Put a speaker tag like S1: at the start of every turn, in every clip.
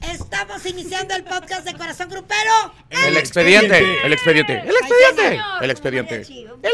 S1: Estamos iniciando el podcast de Corazón Grupero.
S2: El, expediente, el expediente, el expediente, el expediente, el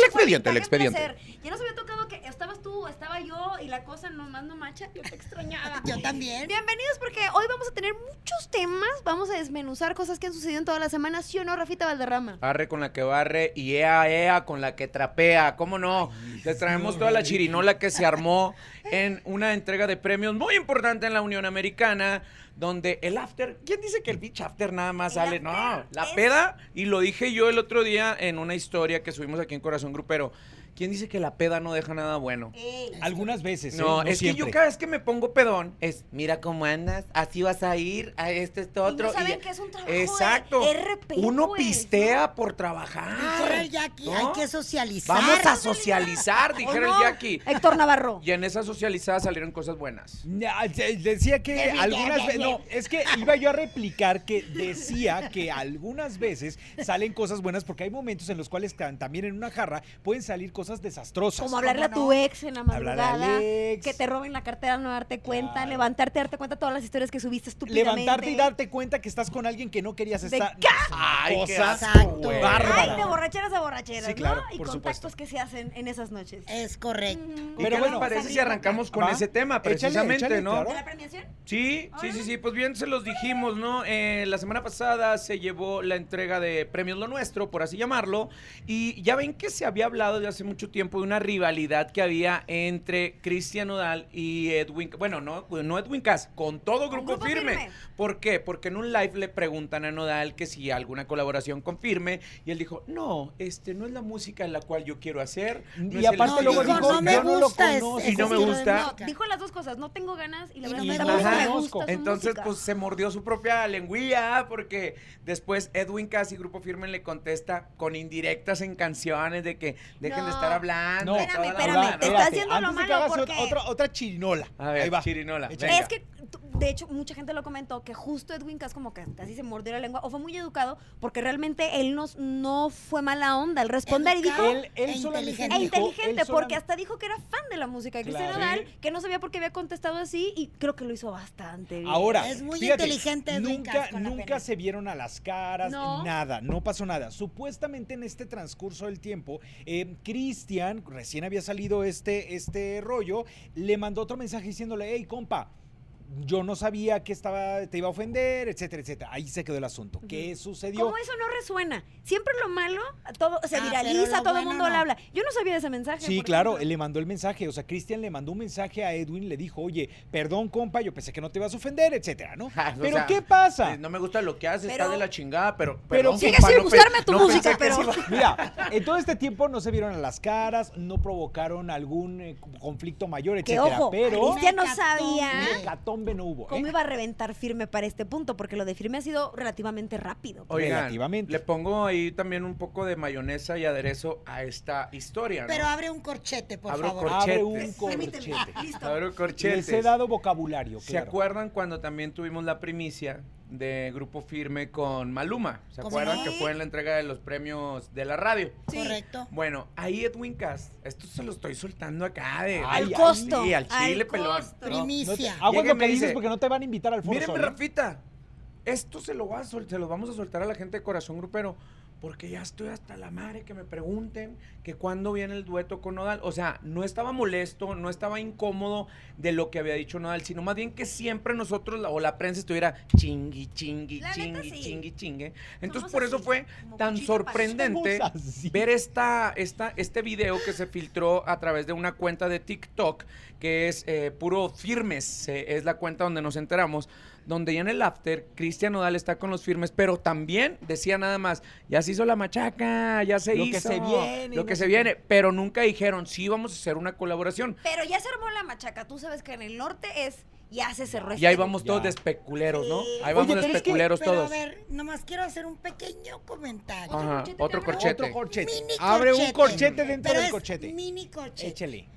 S2: expediente, el expediente.
S3: Ya nos había tocado que estabas tú, estaba yo y la cosa nomás no macha. Yo te extrañaba.
S1: Yo también.
S3: Bienvenidos porque hoy vamos a tener muchos temas. Vamos a desmenuzar cosas que han sucedido en toda la semana. ¿Sí o no, Rafita Valderrama?
S2: Arre con la que barre y ea, ea con la que trapea. ¿Cómo no? Les traemos toda la chirinola que se armó en una entrega de premios muy importante en la Unión Americana. Donde el after, ¿quién dice que el bitch after nada más
S3: El
S2: sale? No,
S3: after
S2: la
S3: es-
S2: peda, y lo dije yo el otro día en una historia que subimos aquí en Corazón Grupero. ¿Quién dice que la peda no deja nada bueno?
S1: Ey.
S4: Algunas veces.
S2: No,
S4: ¿eh?
S2: es
S4: siempre.
S2: que yo cada vez que me pongo pedón, es mira cómo andas, así vas a ir, a este, este otro.
S3: saben
S2: ya-
S3: que es un trabajo de
S2: Exacto.
S3: RP,
S2: Uno
S3: pues,
S2: pistea por
S1: Corre
S4: Ah.
S2: trabajar.
S1: el Jackie,
S2: ¿no?
S1: hay que socializar.
S2: Vamos a socializar, dijeron
S3: ¿O no?
S2: el Jackie.
S3: Héctor Navarro.
S2: Y en esa socializada salieron cosas buenas.
S4: Ya, de- Decía que
S1: Bien, bien,
S4: algunas
S1: bien,
S4: veces.
S1: bien.
S4: No, es que iba yo a replicar que decía que algunas veces salen cosas buenas porque hay momentos en los cuales tan- también en una jarra pueden salir cosas desastrosas.
S3: Como hablarle a
S1: ¿Cómo
S3: tu
S1: no?
S3: ex en la
S4: Hablarle al
S3: madrugada,
S4: ex.
S3: que te roben la cartera al no darte cuenta,
S4: Claro.
S3: levantarte, darte cuenta de todas las historias que subiste estúpidamente.
S4: Levantarte y darte cuenta que estás con alguien que no querías
S3: ¿De
S4: estar.
S3: qué?
S2: Ay, qué
S4: Cosas
S2: asco, güey.
S4: bárbaras.
S3: Ay, de borracheras a borracheras,
S4: Sí, claro,
S3: ¿no? Y
S4: por
S3: contactos
S4: supuesto.
S3: que se hacen en esas noches.
S1: Es correcto.
S3: Mm.
S2: ¿Y
S4: Pero
S2: qué
S4: bueno,
S2: les parece si arrancamos con
S4: ¿Va?
S2: ese tema,
S4: Échale,
S2: precisamente,
S4: échale,
S2: no?
S4: claro.
S3: ¿De la premiación?
S2: Sí, sí, sí, sí. Pues bien, se los dijimos, ¿no? Eh, la semana pasada se llevó la entrega de Premios Lo Nuestro, por así llamarlo. Y ya ven que se había hablado de hace mucho tiempo de una rivalidad que había entre Cristian Nodal y Edwin. Bueno, no, no Edwin Cass, con todo
S3: Con
S2: Grupo,
S3: Grupo
S2: firme.
S3: Firme.
S2: ¿Por qué? Porque en un live le preguntan a Nodal que si alguna colaboración con Firme. Y él dijo, no, este no es la música en la cual yo quiero hacer. no
S4: Y
S2: es el
S4: aparte
S1: No,
S2: estilo
S4: luego
S2: de
S1: dijo,
S4: dijo,
S1: no me
S4: yo no lo
S1: gusta ese-
S4: conozco.
S2: Y no
S1: ese
S2: me
S1: estilo de
S2: gusta.
S1: música.
S3: Dijo las dos cosas, no tengo ganas y la
S1: Y
S3: verdad
S1: no me
S3: tampoco
S2: gusta.
S3: me
S2: Ajá.
S3: gusta su
S2: Entonces,
S3: música.
S2: pues se mordió su propia lengüilla, ¿ah? porque después Edwin Casi Grupo Firme le contesta con indirectas en canciones de que dejen de
S3: No.
S2: estar hablando.
S4: No,
S2: toda
S3: espérame,
S2: la
S3: espérame,
S2: onda,
S3: te
S2: ¿no?
S3: está
S4: Espérate,
S3: haciendo lo
S4: antes de que
S3: malo
S4: hagas
S3: porque-
S4: otra, otra chirinola.
S2: A ver,
S4: Ahí va.
S2: chirinola,
S4: Échale.
S2: venga.
S3: Es que, tú- de hecho, mucha gente lo comentó que justo Edwin Cass como que así se mordió la lengua o fue muy educado porque realmente él no, no fue mala onda al responder y dijo...
S4: Él, él
S1: E
S4: solamente
S1: inteligente.
S3: E
S4: dijo-
S3: inteligente,
S4: él
S3: porque
S4: solamente-
S3: hasta dijo que era fan de la música de Cristian
S4: Claro.
S3: Nodal, que no sabía por qué había contestado así y creo que lo hizo bastante bien.
S4: Ahora,
S1: Es muy
S4: fíjate,
S1: inteligente Edwin
S4: Nunca,
S1: Cass con la pena.
S4: nunca se vieron a las caras,
S3: No.
S4: nada, no pasó nada. Supuestamente en este transcurso del tiempo, eh, Cristian, recién había salido este, este rollo, le mandó otro mensaje diciéndole, hey, compa. Yo no sabía que estaba, te iba a ofender, etcétera, etcétera. Ahí se quedó el asunto. ¿Qué sucedió?
S3: ¿Cómo eso no resuena? Siempre lo malo, todo se
S1: Ah, pero
S3: viraliza,
S1: lo
S3: todo el
S1: bueno
S3: mundo
S1: no.
S3: le habla. Yo no sabía de ese mensaje.
S4: Sí,
S3: por
S4: claro,
S3: ejemplo.
S4: él le mandó el mensaje, o sea, Cristian le mandó un mensaje a Edwin, le dijo, oye, perdón, compa, yo pensé que no te ibas a ofender, etcétera, ¿no?
S2: Ja, o
S4: Pero
S2: sea,
S4: ¿qué pasa?
S2: eh, No me gusta lo que haces, está
S3: Pero-
S2: de la chingada, pero.
S4: Pero
S2: perdón,
S4: sigue
S2: compa,
S3: sin
S2: no pe-
S3: gustarme tu
S2: no pensé
S3: música,
S2: que
S3: pero-
S2: se iba-
S4: Mira, en todo este tiempo no se vieron a las caras, no provocaron algún eh, conflicto mayor,
S3: Que
S4: etcétera,
S3: ojo,
S4: pero ¿eh?
S3: Cristian no
S1: Una
S3: sabía
S1: catombe.
S4: un hecatombe no hubo.
S3: cómo
S4: ¿eh?
S3: iba a reventar firme para este punto, porque lo de firme ha sido relativamente rápido.
S2: Oigan,
S4: Relativamente.
S2: le pongo ahí también un poco de mayonesa y aderezo a esta historia, ¿no?
S1: Pero abre un corchete, por
S2: Abro
S1: favor.
S2: corchete.
S4: Abre un
S3: Permíteme,
S4: corchete.
S3: listo.
S2: Abro
S4: Les
S2: corchetes.
S4: he dado vocabulario,
S2: ¿Se
S4: claro.
S2: acuerdan cuando también tuvimos la primicia de Grupo Firme con Maluma? ¿Se
S1: ¿Cómo
S2: acuerdan
S1: no?
S2: que fue en la entrega de los premios de la radio?
S1: Ah, Correcto.
S2: Bueno, ahí Edwin Cast, esto se lo estoy soltando acá de...
S4: Al
S2: de-
S3: costo,
S2: Sí, al
S3: al
S2: chile pelón.
S3: costo.
S2: ¿no?
S4: No te-
S1: Primicia.
S4: aguas
S2: Llega y
S4: lo
S2: me
S4: que
S2: dice,
S4: dices porque no te van a invitar al foro.
S2: Míreme,
S4: Sol, ¿eh?
S2: Rafita, esto se lo va a sol- se lo vamos a soltar a la gente de Corazón Grupero, porque ya estoy hasta la madre que me pregunten que cuándo viene el dueto con Nodal. O sea, no estaba molesto, no estaba incómodo de lo que había dicho Nodal, sino más bien que siempre nosotros la- o la prensa estuviera chingui, chingui,
S3: La neta,
S2: chingui,
S3: sí.
S2: chingui, chingue. Entonces,
S3: Somos
S2: por eso
S3: así,
S2: fue
S3: como
S2: tan
S3: cuchillo para-
S2: sorprendente
S4: Somos así.
S2: ver esta, esta, este video que se filtró a través de una cuenta de TikTok, que es eh, puro firmes, eh, es la cuenta donde nos enteramos, donde ya en el after, Cristian Nodal está con los firmes, pero también decía nada más, ya se hizo la machaca, ya se
S4: Lo que
S2: hizo,
S4: se viene y
S2: lo
S4: no
S2: que
S4: sé
S2: se
S4: qué".
S2: viene, pero nunca dijeron, sí, vamos a hacer una colaboración.
S3: Pero ya se armó la machaca. Tú sabes que en el norte es, ya se cerró.
S2: Y ahí
S3: este-
S2: vamos todos
S4: Ya.
S2: de especuleros, ¿no?
S1: Sí.
S2: Ahí
S4: Oye,
S2: vamos
S4: pero
S2: de
S4: es que-
S2: especuleros
S1: Pero a
S2: todos.
S1: ver, nomás quiero hacer un pequeño comentario.
S3: Otro
S2: Ajá,
S3: corchete,
S2: otro
S3: cabrón.
S2: corchete.
S4: Otro corchete.
S1: Mini
S4: Abre un
S1: corchete.
S4: corchete dentro
S1: Pero
S4: del
S1: es
S4: corchete.
S1: Mini corchete.
S4: Échale.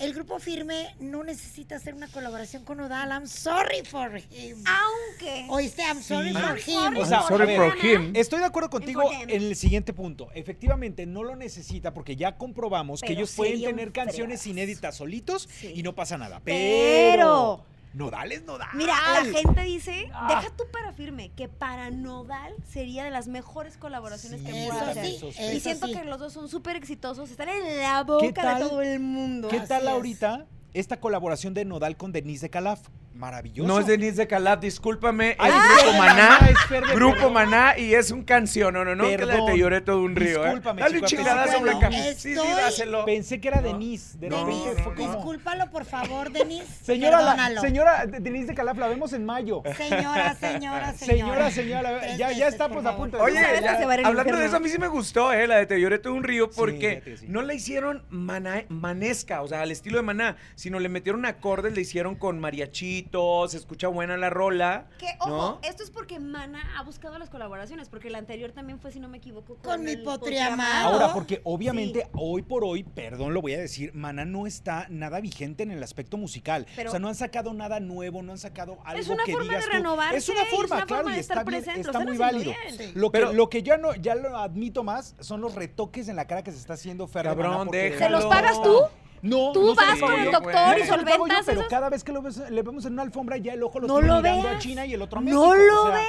S1: El grupo firme no necesita hacer una colaboración con Odal. I'm sorry for him.
S3: Aunque.
S1: Oíste, I'm sorry
S4: Ah. Sí.
S1: for
S4: I'm
S1: him.
S4: O sea,
S2: I'm sorry
S4: a ver,
S2: for him.
S4: Estoy de acuerdo contigo
S3: Enfoquemos.
S4: en el siguiente punto. Efectivamente, no lo necesita porque ya comprobamos que
S3: Pero
S4: ellos pueden
S3: sería un
S4: tener canciones
S3: fregazo.
S4: inéditas solitos
S3: Sí.
S4: y no pasa nada. Pero,
S3: Pero
S4: Nodal es Nodal.
S3: Mira, la gente dice, deja tú para firme, que para Nodal sería de las mejores colaboraciones que
S4: Sí,
S3: pueda
S1: eso
S3: hacer.
S1: sí,
S4: Eso sí.
S1: eso
S3: Y siento
S1: sí.
S3: que los dos son súper exitosos, están en la boca de
S4: tal?
S3: todo el mundo. Ah,
S4: ¿Qué tal
S1: es.
S4: ahorita esta colaboración de Nodal con Denise de Calaf? Maravilloso.
S2: No es Denise de Calaf, discúlpame.
S4: Ay,
S2: es
S4: Fer
S2: Grupo
S4: de
S2: Maná.
S4: es Fer de
S2: Grupo
S4: Calaf.
S2: Maná y es un canción, ¿no? No, no, que la
S4: Perdón.
S2: te lloré todo un río. ¿eh?
S4: Discúlpame,
S2: Dale un
S4: chico,
S2: chingadazo,
S1: no, no,
S2: Blanca.
S1: no.
S2: Sí, sí,
S1: Estoy-
S2: dáselo.
S4: Pensé que era
S2: No.
S4: Denise. De
S2: No,
S4: repente
S1: Denise,
S4: fue como-
S1: discúlpalo, por favor, Denise.
S4: Señora, la,
S1: perdónalo.
S4: señora Denise de Calaf, la vemos en mayo.
S1: Señora, señora,
S4: Señora,
S1: señora.
S4: señora,
S1: Tres
S4: ya, ya
S1: veces,
S4: estamos
S1: por
S4: a
S1: favor.
S4: punto de...
S2: Oye,
S3: sabes que
S2: ya,
S3: se va a ir al
S2: hablando de
S3: infierno.
S2: eso, a mí sí me gustó, ¿eh? La de Te lloré todo un río, porque
S4: fíjate que sí.
S2: no la hicieron mana- manesca, o sea, al estilo de Maná, sino le metieron acordes, le hicieron con mariachitos, se escucha buena la rola.
S3: Que, ojo,
S2: ¿no?
S3: esto es porque Mana ha buscado las colaboraciones, porque la anterior también fue, si no me equivoco, con,
S1: Con mi
S3: el
S1: potri
S3: potri
S1: amado.
S4: Ahora, porque obviamente hoy por hoy, perdón, lo voy a decir, Mana no está nada vigente en el aspecto musical. o
S3: Pero-
S4: sea, no han sacado nada nuevo, no han sacado algo
S3: Es una
S4: que
S3: forma de
S4: digas tú,
S3: renovarse,
S4: Es una
S3: y es
S4: forma,
S3: una
S4: claro,
S3: forma
S4: y
S3: de
S4: está,
S3: estar
S4: bien,
S3: presente, lo
S4: está
S3: están
S4: muy válido.
S3: haciendo bien.
S1: Sí.
S4: Lo que,
S2: Pero-
S4: lo que ya no, ya lo admito más son los retoques en la cara que se está haciendo Fer de
S2: Cabrón,
S4: Maná, porque-
S2: déjalo.
S3: ¿Se los pagas tú?
S4: No,
S3: Tú
S4: no se los
S3: vas
S4: pago
S3: con el
S4: yo.
S3: doctor
S4: No se
S3: y
S4: los pago yo,
S3: solventas
S4: Pero
S3: esos-
S4: cada vez que lo ves- le vemos en una alfombra, ya el ojo lo
S3: No
S4: está
S3: lo
S4: mirando a
S3: veas.
S4: China y el otro a México.
S3: No lo
S4: o sea,
S3: veas.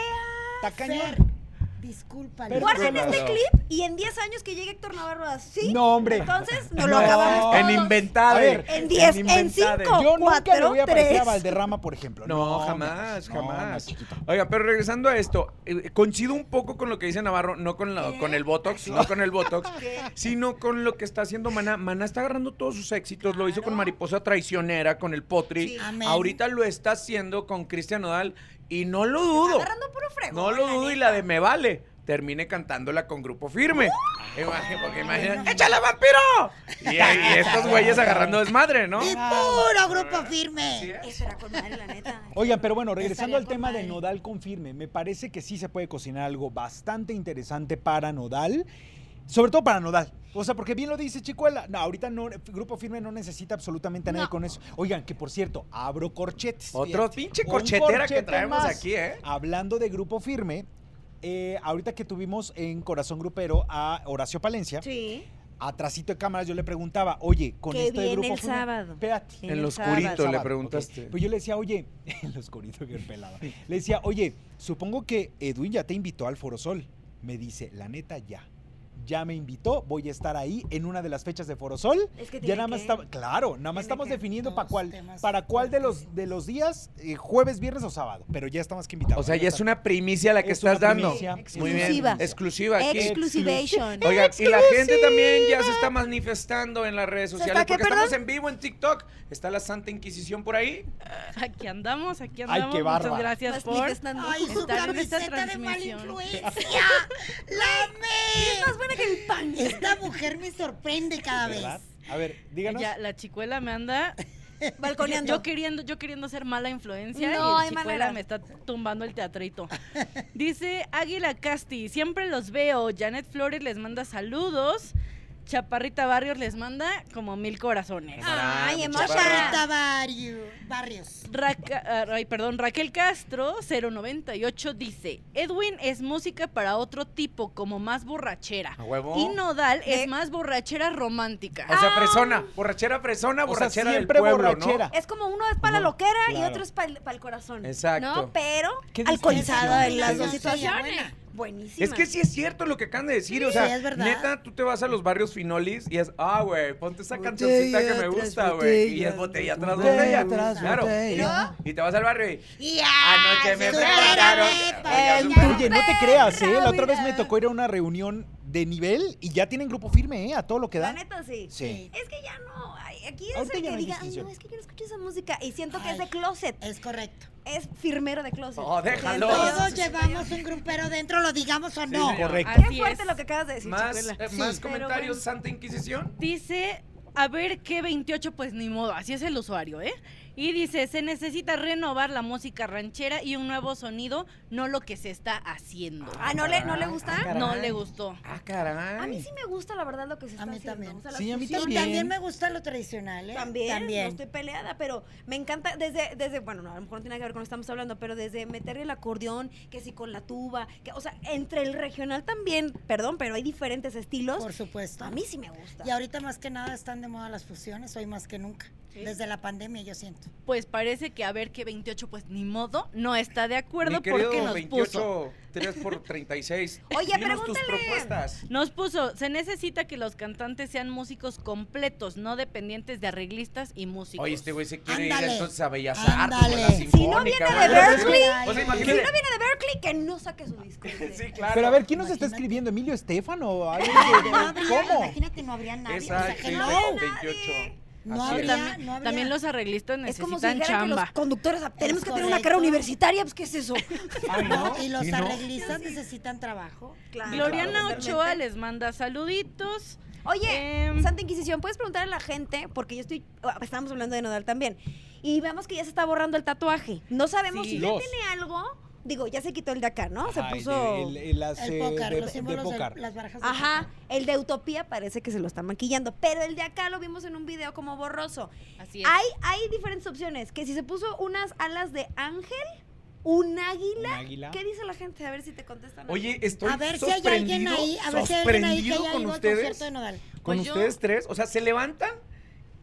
S4: Está cañón.
S1: Fer, discúlpalo.
S4: Pero-
S3: Guarden
S2: Perdónalo.
S3: este clip y en 10 años que llegue Héctor Navarro así.
S4: No, hombre.
S3: Entonces nos
S4: No.
S3: lo acabamos todos.
S2: En
S4: A
S2: inventada.
S4: ver,
S3: en diez, en
S2: inventada.
S3: cinco.
S4: Yo nunca le
S3: Cuatro,
S4: voy a parecer a
S3: tres.
S4: Valderrama, por ejemplo.
S2: No,
S4: hombre,
S2: jamás,
S4: no,
S2: jamás.
S4: no, chiquito.
S2: Oiga, pero regresando a esto, eh, coincido un poco con lo que dice Navarro, no con, la-
S3: ¿Qué?
S2: con el Botox, no con el Botox, sino con lo que está haciendo Maná. Maná está agarrando todos sus éxitos, lo hizo con
S3: Claro.
S2: Mariposa Traicionera, con el Potri,
S3: Sí.
S1: Amén.
S2: ahorita lo está haciendo con Cristian Nodal y no lo dudo,
S3: Agarrando puro fregón.
S2: no lo dudo y
S3: neta. ¡Uh!
S2: la de Me Vale. Termine cantándola con grupo firme. Imag- Porque imagina,
S1: no.
S2: ¡échale vampiro! Y, y estos güeyes agarrando desmadre, ¿no?
S1: Y puro grupo
S2: Así es.
S1: firme.
S3: Eso era con madre, la neta.
S4: Oigan, pero bueno,
S1: Estaría
S4: regresando al
S1: con
S4: tema de
S1: madre.
S4: Nodal Confirme, me parece que sí se puede cocinar algo bastante interesante para Nodal, sobre todo para Nodal. O sea, porque bien lo dice Chicuela, no, ahorita no, Grupo Firme no necesita absolutamente a nadie
S3: No.
S4: con eso. Oigan, que por cierto, abro corchetes.
S2: Otro pinche
S4: Un
S2: corchetera que
S4: corchete
S2: traemos
S4: más.
S2: aquí, ¿eh?
S4: Hablando de Grupo Firme, eh, ahorita que tuvimos en Corazón Grupero a Horacio Palencia,
S3: Sí.
S4: a Tracito de Cámaras yo le preguntaba, oye, con
S3: Que
S4: este
S3: viene
S4: Grupo
S3: el
S4: Firme...
S3: sábado.
S4: Espérate.
S3: Sí. En
S2: En
S3: el
S2: lo oscurito
S3: sábado.
S2: le
S4: Sábado,
S2: preguntaste.
S4: ok. Pues yo le decía, oye, el oscurito que pelaba. Le decía, oye, supongo que Edwin ya te invitó al Forosol. Me dice, la neta, ya. Ya me invitó, voy a estar ahí en una de las fechas de Forosol.
S3: Es que
S4: Ya
S3: tiene
S4: nada más
S3: que.
S4: estaba, claro, nada más
S3: Tiene
S4: estamos
S3: que-
S4: definiendo
S1: no,
S4: para cuál,
S1: temas
S4: para cuál de los de los días, eh, jueves, viernes o sábado, pero ya está más que invitado.
S2: O sea,
S4: Ahí
S2: ya es
S4: está.
S2: una primicia la que
S4: Es
S2: estás
S4: una
S2: dando.
S4: primicia.
S2: Muy bien.
S3: Exclusiva.
S2: Exclusiva aquí.
S3: Exclusivation.
S2: Oigan, y la gente también ya se está manifestando en las redes sociales
S3: está qué,
S2: porque estamos
S3: perdón?
S2: en vivo en TikTok. Está la Santa Inquisición por ahí.
S5: Aquí andamos, aquí
S4: Ay,
S5: andamos.
S4: qué bárbara.
S5: Muchas gracias
S3: Más
S5: por
S3: ni que estando.
S1: Ay, su
S5: estar en esta
S1: camiseta de mala
S5: transmisión.
S1: influencia. ¡La
S3: Es más
S1: amé!
S3: buena que el pan.
S1: Esta mujer me sorprende cada vez.
S4: ¿Verdad? A ver, díganos.
S5: Ya, la chicuela me anda
S3: Balconeando.
S5: yo queriendo, yo queriendo ser mala influencia
S3: No,
S5: y
S3: hay
S5: el chicuela
S3: manera.
S5: me está tumbando el teatrito. Dice Águila Casti, siempre los veo. Janet Flores les manda saludos. Chaparrita Barrios les manda como mil corazones.
S3: Ay,
S2: Muchas
S3: Emosha.
S2: gracias.
S1: Chaparrita Barrio- Barrios.
S5: Raca- ah, ay, perdón, Raquel Castro 098 dice, Edwin es música para otro tipo, como más borrachera.
S2: A huevo.
S5: Y Nodal
S3: De- Ah,
S5: es más borrachera romántica.
S2: O sea, persona, borrachera, persona,
S4: O sea,
S2: borrachera del
S4: siempre
S2: pueblo, ¿no?
S4: borrachera.
S3: Es como uno es para la
S4: Ujú,
S3: loquera y
S4: claro.
S3: otro es para el, corazón.
S2: Exacto.
S3: ¿No? Pero
S4: Qué
S3: alcoholizada
S4: distinción,
S3: en las
S4: qué
S3: dos
S1: distinción.
S3: situaciones.
S1: Buena.
S3: Buenísima.
S2: Es que sí es cierto lo que acaban de decir, o
S1: Sí,
S2: sea,
S1: es verdad.
S2: neta, tú te vas a los barrios finolis y es, ah, güey, ponte esa cancioncita que me gusta, güey, y es botella tras botella, pues, claro, y te vas al barrio y,
S1: Y
S2: Anoche
S1: ay,
S2: me
S1: supérame,
S2: fregaron.
S1: pa-
S3: Eh,
S1: ya.
S4: Oye, no te creas, ¿eh? La otra vez me
S3: mira.
S4: tocó ir a una reunión de nivel y ya tienen grupo firme, ¿eh? A todo lo que
S3: La
S4: da.
S3: neta sí.
S4: Sí.
S3: Es que ya no. ay, Aquí es
S4: Ahorita
S3: el
S4: ya
S3: que
S4: no hay
S3: diga, ay,
S4: distinción.
S3: no, es que yo no escucho esa música. Y siento que es
S1: Ay.
S3: de closet.
S1: Es correcto.
S3: Es firmero de closet.
S2: Oh, déjalo.
S3: Entonces,
S1: Todos llevamos un grupero dentro, lo digamos o no.
S2: señor.
S4: Correcto.
S3: Qué
S5: Así
S3: fuerte
S5: es.
S3: lo que acabas de decir,
S2: más,
S3: Ah, Chicuela.
S2: eh,
S1: Sí.
S2: más
S3: Pero
S2: comentarios,
S3: bueno.
S2: Santa Inquisición.
S5: Dice, a ver qué 28, pues ni modo, así es el usuario, ¿eh? Y dice, se necesita renovar la música ranchera y un nuevo sonido, no lo que se está haciendo.
S3: Ah, ¿no le, no le gusta?
S2: caray.
S5: no le gustó.
S2: Ah, caray.
S3: A mí sí me gusta, la verdad, lo que se está
S1: A mí
S3: haciendo.
S1: también.
S3: O sea, las
S4: Sí, a mí
S1: Y
S3: fusiones.
S4: También.
S1: también me gusta lo tradicional, ¿eh?
S3: También, no estoy peleada, pero me encanta desde, desde, bueno, no, a lo mejor no tiene que ver con lo que estamos hablando, pero desde meterle el acordeón, que sí con la tuba, que, o sea, entre el regional también, perdón, pero hay diferentes estilos.
S1: Por supuesto.
S3: A mí sí me gusta.
S1: Y ahorita más que nada están de moda las fusiones, hoy más que nunca.
S5: Sí.
S1: Desde la pandemia, yo siento.
S5: Pues parece que a ver que 28, pues ni modo, no está de acuerdo
S2: Mi querido
S5: porque nos
S2: 28,
S5: puso.
S2: 3 por 36.
S3: Oye,
S2: Dinos tus
S3: pregúntale.
S2: propuestas.
S5: Nos puso, se necesita que los cantantes sean músicos completos, no dependientes de arreglistas y músicos.
S2: Oye, este güey se quiere ir
S1: Ándale.
S2: entonces a Bellas Artes,
S1: Ándale.
S2: o a la
S1: Si no
S2: Sinfónica,
S3: viene
S2: güey.
S3: de Berkeley.
S2: O sea,
S3: Si no
S2: imagínate.
S3: viene de Berkeley, que no saque su disco.
S2: Sí, claro.
S4: Pero a ver, ¿quién nos está
S1: Imagínate.
S4: escribiendo? ¿Emilio Estefano? ¿Alguien que-
S1: No habría,
S4: ¿Cómo?
S1: Imagínate, no habría nadie.
S2: Esa
S1: o sea,
S2: actriz
S1: hello.
S2: de 28.
S1: No
S2: Así
S5: Sí,
S2: es.
S1: habría-
S5: también,
S1: no habría.
S5: también los arreglistas
S3: Es
S5: necesitan
S3: como si dijeran que los
S5: chamba.
S3: conductores ah, tenemos
S1: Es
S3: que tener una cara
S1: correcto.
S3: universitaria, pues ¿qué es eso?
S2: Ay, ¿no?
S1: Y los
S2: Sí, ¿no?
S1: arreglistas necesitan trabajo.
S3: Ah, Claro.
S5: Gloriana
S3: Totalmente.
S5: Ochoa les manda saluditos.
S3: Oye,
S5: Em,
S3: Santa Inquisición, ¿puedes preguntar a la gente? Porque yo estoy. ah, Estábamos hablando de Nodal también. Y vemos que ya se está borrando el tatuaje. No sabemos
S5: Sí.
S3: si ya
S4: Los.
S3: tiene algo. Digo, ya se quitó el de acá, ¿no? Se
S4: Ay,
S3: puso.
S4: de- el- el- las,
S1: El
S4: eh,
S1: póker,
S4: de-
S1: los
S4: de
S1: símbolos de
S4: póker.
S1: las barajas. de
S3: Ajá, el de Utopía parece que se lo está maquillando, pero el de acá lo vimos en un video como borroso.
S5: así es.
S3: Hay, hay diferentes opciones, que si se puso unas alas de ángel, un
S4: ¿Un
S3: águila,
S4: águila?
S3: ¿qué dice la gente? A ver si te contestan.
S2: Oye, estoy
S1: A ver si hay alguien
S2: sorprendido,
S1: ahí, a ver si hay alguien ahí que
S2: sorprendido
S1: haya
S2: con
S1: ido al
S2: ustedes,
S1: concierto de Nodal.
S2: con
S5: Pues yo-
S2: ustedes tres. O sea, se levantan,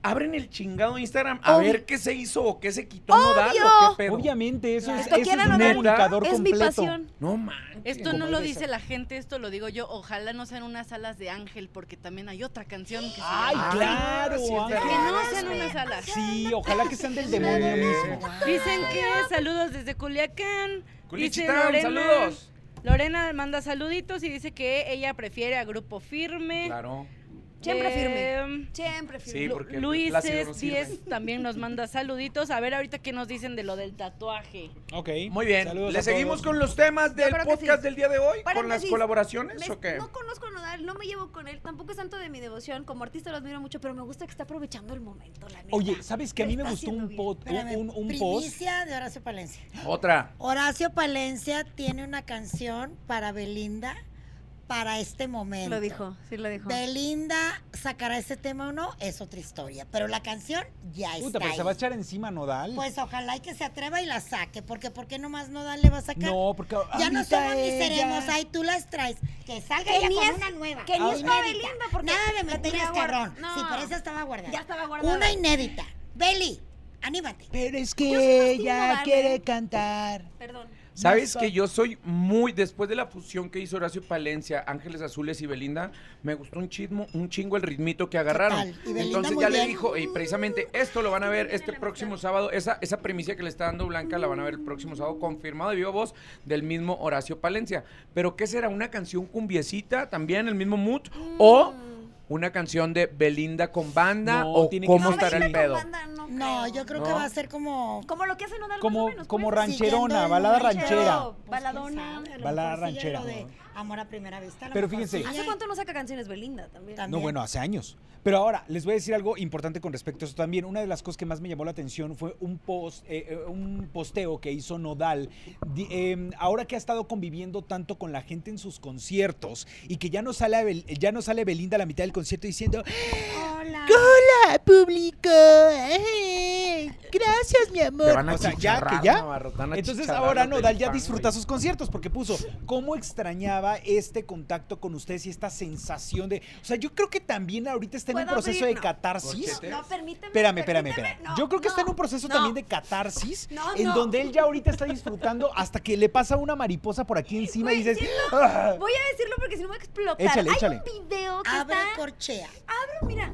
S2: abren el chingado Instagram a
S3: Ob-
S2: ver qué se hizo o qué se quitó Nodal o qué pedo.
S4: Obviamente, eso es,
S3: Esto
S4: eso es
S3: quiera
S4: un
S3: Nodal,
S4: comunicador
S3: es mi
S4: completo.
S3: pasión.
S2: No man.
S5: Esto no lo
S4: Comadre,
S5: dice
S4: esa-
S5: la gente, esto lo digo yo. Ojalá no sean unas alas de ángel, porque también hay otra canción que se
S4: Ay,
S5: llama-
S4: claro,
S2: sí, es
S4: Ángel.
S5: Que
S2: verdad.
S5: no sean unas alas.
S4: Sí, ojalá que sean del demonio
S2: Sí.
S4: mismo.
S5: Dicen que saludos desde Culiacán. Dice
S2: Culichitán, saludos.
S5: Lorena manda saluditos y dice que ella prefiere a Grupo Firme.
S2: Claro.
S3: Siempre firme.
S5: Em,
S3: Siempre
S2: Sí,
S3: firme.
S5: Lu-
S2: porque el
S5: Luis
S2: plácido no sirve.
S5: 10 también nos manda saluditos. A ver ahorita qué nos dicen de lo del tatuaje.
S4: Ok.
S2: Muy bien.
S4: Saludos
S2: ¿Le
S4: a
S2: seguimos
S4: todos.
S2: con los temas del
S3: creo que
S2: podcast
S3: sí.
S2: del día de hoy? ¿Con las
S3: Paréntesis,
S2: colaboraciones
S3: Me-
S2: o qué?
S3: No conozco a Nodal, no me llevo con él, tampoco es tanto de mi devoción. Como artista lo admiro mucho, pero me gusta que está aprovechando el momento, la neta.
S4: Oye, ¿sabes qué? A mí
S3: Lo
S4: me
S3: está
S4: gustó
S3: haciendo
S4: un,
S3: bien.
S4: pot-
S1: Espérame,
S4: un, un post.
S1: primicia de Horacio Palencia.
S2: Otra.
S1: Horacio Palencia tiene una canción para Belinda para este momento.
S3: Lo dijo, sí lo dijo.
S1: Belinda sacará ese tema o no, es otra historia. Pero la canción ya
S4: Puta,
S1: está.
S4: pero se va a
S1: ahí.
S4: echar encima Nodal.
S1: Pues ojalá y que se atreva y la saque, porque ¿por qué nomás Nodal le va a sacar?
S4: no, porque
S1: Ya no somos
S4: ahorita
S1: ni seremos,
S4: ella-
S1: ahí tú las traes. Que salga
S3: Que
S1: ella
S3: ni
S1: con
S3: es-
S1: una nueva.
S3: que ni es
S1: inédita.
S3: para Belinda, porque
S1: Nada de
S3: la
S1: mentiras,
S3: tenía guard-
S1: cabrón.
S3: No.
S1: Sí, por eso estaba guardada.
S3: Ya estaba guardada.
S1: Una inédita. Beli, anímate.
S4: Pero es
S3: Yo soy más
S4: que
S3: team Nodal,
S4: ella quiere
S3: ¿eh?
S4: cantar.
S3: Perdón.
S2: Sabes
S4: Basta.
S2: que yo soy muy, después de la fusión que hizo Horacio Palencia, Ángeles Azules y Belinda, me gustó un chismo, un chingo el ritmito que agarraron.
S1: Total, y Belinda
S2: Entonces
S1: muy
S2: ya le
S1: bien.
S2: dijo, y precisamente esto lo van a ver
S3: Belinda
S2: este
S3: la
S2: próximo
S3: mejor.
S2: sábado, esa, esa primicia que le está dando Blanca la van a ver el próximo sábado, confirmado de viva voz del mismo Horacio Palencia. Pero ¿qué será? ¿Una canción cumbiecita también, el mismo mood?
S1: Mm.
S2: ¿O una canción de Belinda con banda?
S4: No,
S2: ¿O
S4: tiene que
S2: cómo
S4: ser
S2: estará el
S3: Belinda con
S2: pedo?
S3: banda, no,
S1: No,
S3: creo.
S1: yo creo
S2: No.
S1: que va a ser como.
S3: Como lo que hace Nodal, más o
S4: Como,
S3: menos,
S4: como
S3: pues.
S1: siguiendo
S4: rancherona,
S1: el
S4: balada
S1: ranchero.
S4: ranchera.
S1: Pues,
S3: Baladona.
S1: quién sabe, a lo
S4: Balada
S1: mejor sigue
S4: ranchera.
S1: lo de amor a primera vista. a lo
S4: Pero
S1: mejor
S4: fíjense.
S1: sigue.
S3: ¿Hace cuánto no saca canciones Belinda también?
S1: También.
S4: No, bueno, hace años. Pero ahora, les voy a decir algo importante con respecto a eso también. Una de las cosas que más me llamó la atención fue un, post, eh, eh, un posteo que hizo Nodal. Di- eh, ahora que ha estado conviviendo tanto con la gente en sus conciertos y que ya no sale, a Bel- ya no sale Belinda a la mitad del concierto diciendo,
S1: Hola.
S4: ¡Hola, público! Ay, Gracias, mi amor.
S2: Te van a
S4: o sea, ya
S2: achicharrar,
S4: que ya.
S2: Navarro, te van a
S4: Entonces
S2: achicharrar
S4: ahora
S2: los del
S4: Nodal ya
S2: pan,
S4: disfruta
S2: güey.
S4: sus conciertos porque puso cómo extrañaba este contacto con ustedes y esta sensación de, o sea, yo creo que también ahorita está en un
S3: ¿Puedo
S4: proceso de
S3: abrir? No.
S4: catarsis.
S2: Corchete.
S3: No, permíteme.
S4: Espérame, espérame,
S3: permíteme.
S4: espérame.
S3: No,
S4: Yo creo que está en
S3: no,
S4: un proceso
S3: no.
S4: también de catarsis,
S3: No,
S4: en
S3: no.
S4: donde él ya ahorita está disfrutando hasta que le pasa una mariposa por aquí encima y
S3: Güey,
S4: dices,
S3: sí
S4: "Ah".
S3: Voy a decirlo porque si no me va a explotar.
S4: Échale,
S3: Hay
S4: échale.
S3: un video que
S1: Abre
S3: está...
S1: corchea.
S3: Abre, mira.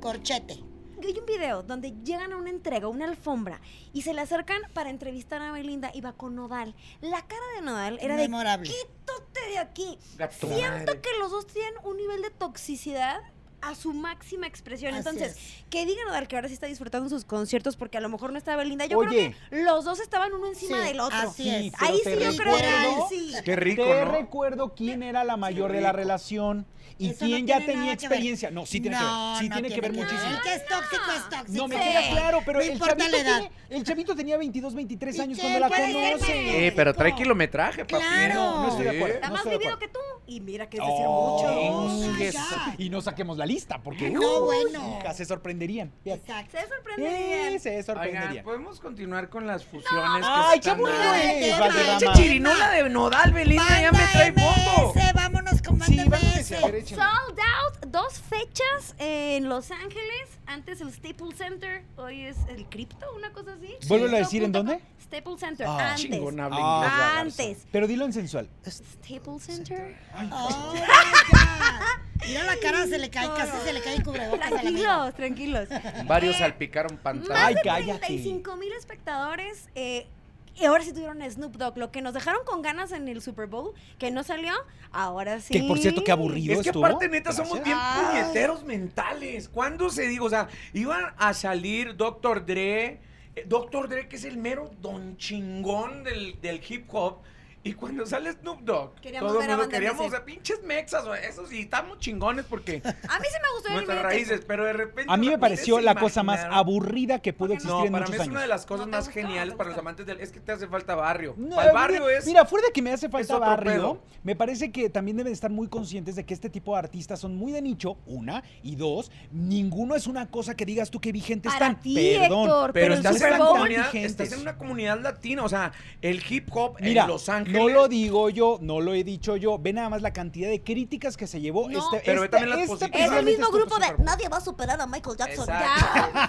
S1: Corchete.
S3: Hay un video donde llegan a una entrega, una alfombra, y se le acercan para entrevistar a Belinda y va con Nodal. La cara de Nodal era de
S1: Memorable.
S3: quítate de aquí.
S2: Gato madre.
S3: Siento que los dos tienen un nivel de toxicidad a su máxima expresión.
S1: Así
S3: Entonces,
S1: es.
S3: que digan Nodal que ahora sí está disfrutando sus conciertos porque a lo mejor no estaba Belinda. Yo
S4: Oye.
S3: creo que los dos estaban uno encima
S1: Sí,
S3: del otro.
S1: así
S4: Sí,
S1: es.
S4: pero
S3: Ahí sí
S4: te
S3: yo creo que ahí
S4: recuerdo-
S3: sí.
S2: Pues Qué rico,
S4: Te
S2: ¿no?
S4: recuerdo quién era la mayor de la
S2: rico.
S4: relación y
S1: Eso no
S4: quién ya
S1: tiene
S4: tenía
S1: nada que ver.
S4: experiencia. No, sí tiene que ver. Sí
S1: No,
S4: tiene,
S1: no
S4: que ver
S1: nada.
S4: muchísimo.
S1: El que es tóxico es tóxico.
S4: No, me
S3: Sí.
S4: queda claro, pero
S1: No
S4: el,
S1: importa
S4: chavito
S1: la edad.
S4: tenía, el chavito tenía 22, 23
S1: ¿Y
S4: años
S1: qué?
S4: cuando la
S1: ¿Cuál es el
S4: conoce.
S1: tema?
S2: Eh, pero trae
S1: Rico.
S2: kilometraje, papi.
S1: Claro.
S4: No, no estoy de
S2: Sí.
S4: acuerdo.
S3: Está
S4: no
S3: más
S4: estoy de
S3: vivido
S4: acuerdo.
S3: que tú. Y mira que es decir
S4: Oh,
S3: mucho.
S1: mucho.
S4: chingues.
S1: Oh my God.
S4: y no saquemos la lista porque
S1: No,
S4: uy,
S1: bueno.
S4: hijas, se sorprenderían. Fíjate.
S1: Exacto.
S3: Se sorprende
S4: Sí,
S3: bien.
S4: se
S2: Oigan,
S4: sorprenderían.
S2: podemos continuar con las fusiones. que
S4: Ay,
S2: se
S4: qué
S2: están
S4: aburrido
S2: dando?
S1: Ay,
S4: es,
S1: qué
S4: Valderrama.
S1: mal.
S2: Pinche chirinola de Nodal, Belinda, ya me trae
S1: Banda
S2: foto.
S1: MS, vámonos Vámonos con banda
S4: Sí, vámonos,
S1: MS.
S4: a ver, échenle.
S3: Sold out, dos fechas en Los Ángeles, antes el Staples Center, hoy es el Crypto, una cosa así.
S4: Vuélvelo a decir, ¿en
S3: Crypto.com.
S4: dónde?
S3: Staples Center,
S4: Ah,
S3: antes.
S2: Chingón habla
S4: Ah,
S2: inglés, la Garza.
S3: antes.
S4: Pero dilo en sensual.
S3: Staples Center.
S1: Oh, my God. Mira la cara, se le cae, casi se le cae el cubrebocas a la amiga.
S3: Tranquilos, tranquilos.
S2: Varios
S3: Eh,
S2: salpicaron
S3: Más
S4: Ay,
S2: pantalla.
S3: de
S4: cállate.
S3: 35 mil espectadores. eh, y ahora sí tuvieron a Snoop Dogg. Lo que nos dejaron con ganas en el Super Bowl, que no salió, ahora sí.
S4: Que por cierto, qué aburrido
S2: Es que
S4: estuvo.
S2: aparte, neta, somos
S4: Gracias.
S2: bien
S1: Ay.
S2: puñeteros mentales. ¿Cuándo se dijo? O sea, iban a salir Dr. Dre, eh, Dr. Dre, que es el mero don chingón del, del hip hop. Y cuando sale Snoop Dogg,
S3: Queríamos
S2: todo
S3: ver
S2: el
S3: a
S2: mundo
S3: Banda
S2: queríamos
S3: MS.
S2: a pinches mexas, o esos y estamos chingones porque
S3: A mí sí me gustó el
S2: nuestras
S3: video.
S2: raíces, pero de repente.
S4: A mí
S2: o
S4: me
S2: sea,
S4: pareció
S2: ¿ustedes
S4: la
S2: se
S4: cosa más
S2: imaginaron?
S4: aburrida que pudo existir
S2: No,
S4: en
S2: para mí
S4: muchos
S2: es
S4: años.
S2: una de las cosas
S3: No te
S2: más
S3: gustó, no
S2: geniales
S3: te
S2: para los
S3: gustó.
S2: amantes del. Es que te hace falta barrio.
S4: No,
S2: Para el
S4: mira-
S2: barrio es.
S4: Mira, fuera de que me hace falta
S2: otro
S4: barrio,
S2: pedo.
S4: me parece que también deben estar muy conscientes de que este tipo de artistas son muy de nicho, una, y dos, ninguno es una cosa que digas tú que vigente
S3: Para
S4: están.
S3: ti,
S4: Perdón.
S3: Héctor,
S2: Pero
S3: Pero en
S2: estás en,
S4: Super
S2: una
S4: Bowl-
S2: comunidad,
S4: vigentes.
S2: estás en una comunidad latina, o sea, el hip hop
S4: Mira,
S2: en Los Ángeles.
S4: no lo digo yo, no lo he dicho yo. Ve nada más la cantidad de críticas que se llevó
S3: No.
S4: este.
S2: Pero ve
S4: este-
S2: también las
S4: este
S2: positivas.
S3: Es el
S4: precisamente
S3: mismo
S4: este
S3: grupo de
S4: Super Bowl.
S3: Nadie va a superar a Michael Jackson.
S2: Exacto.
S3: Ya, por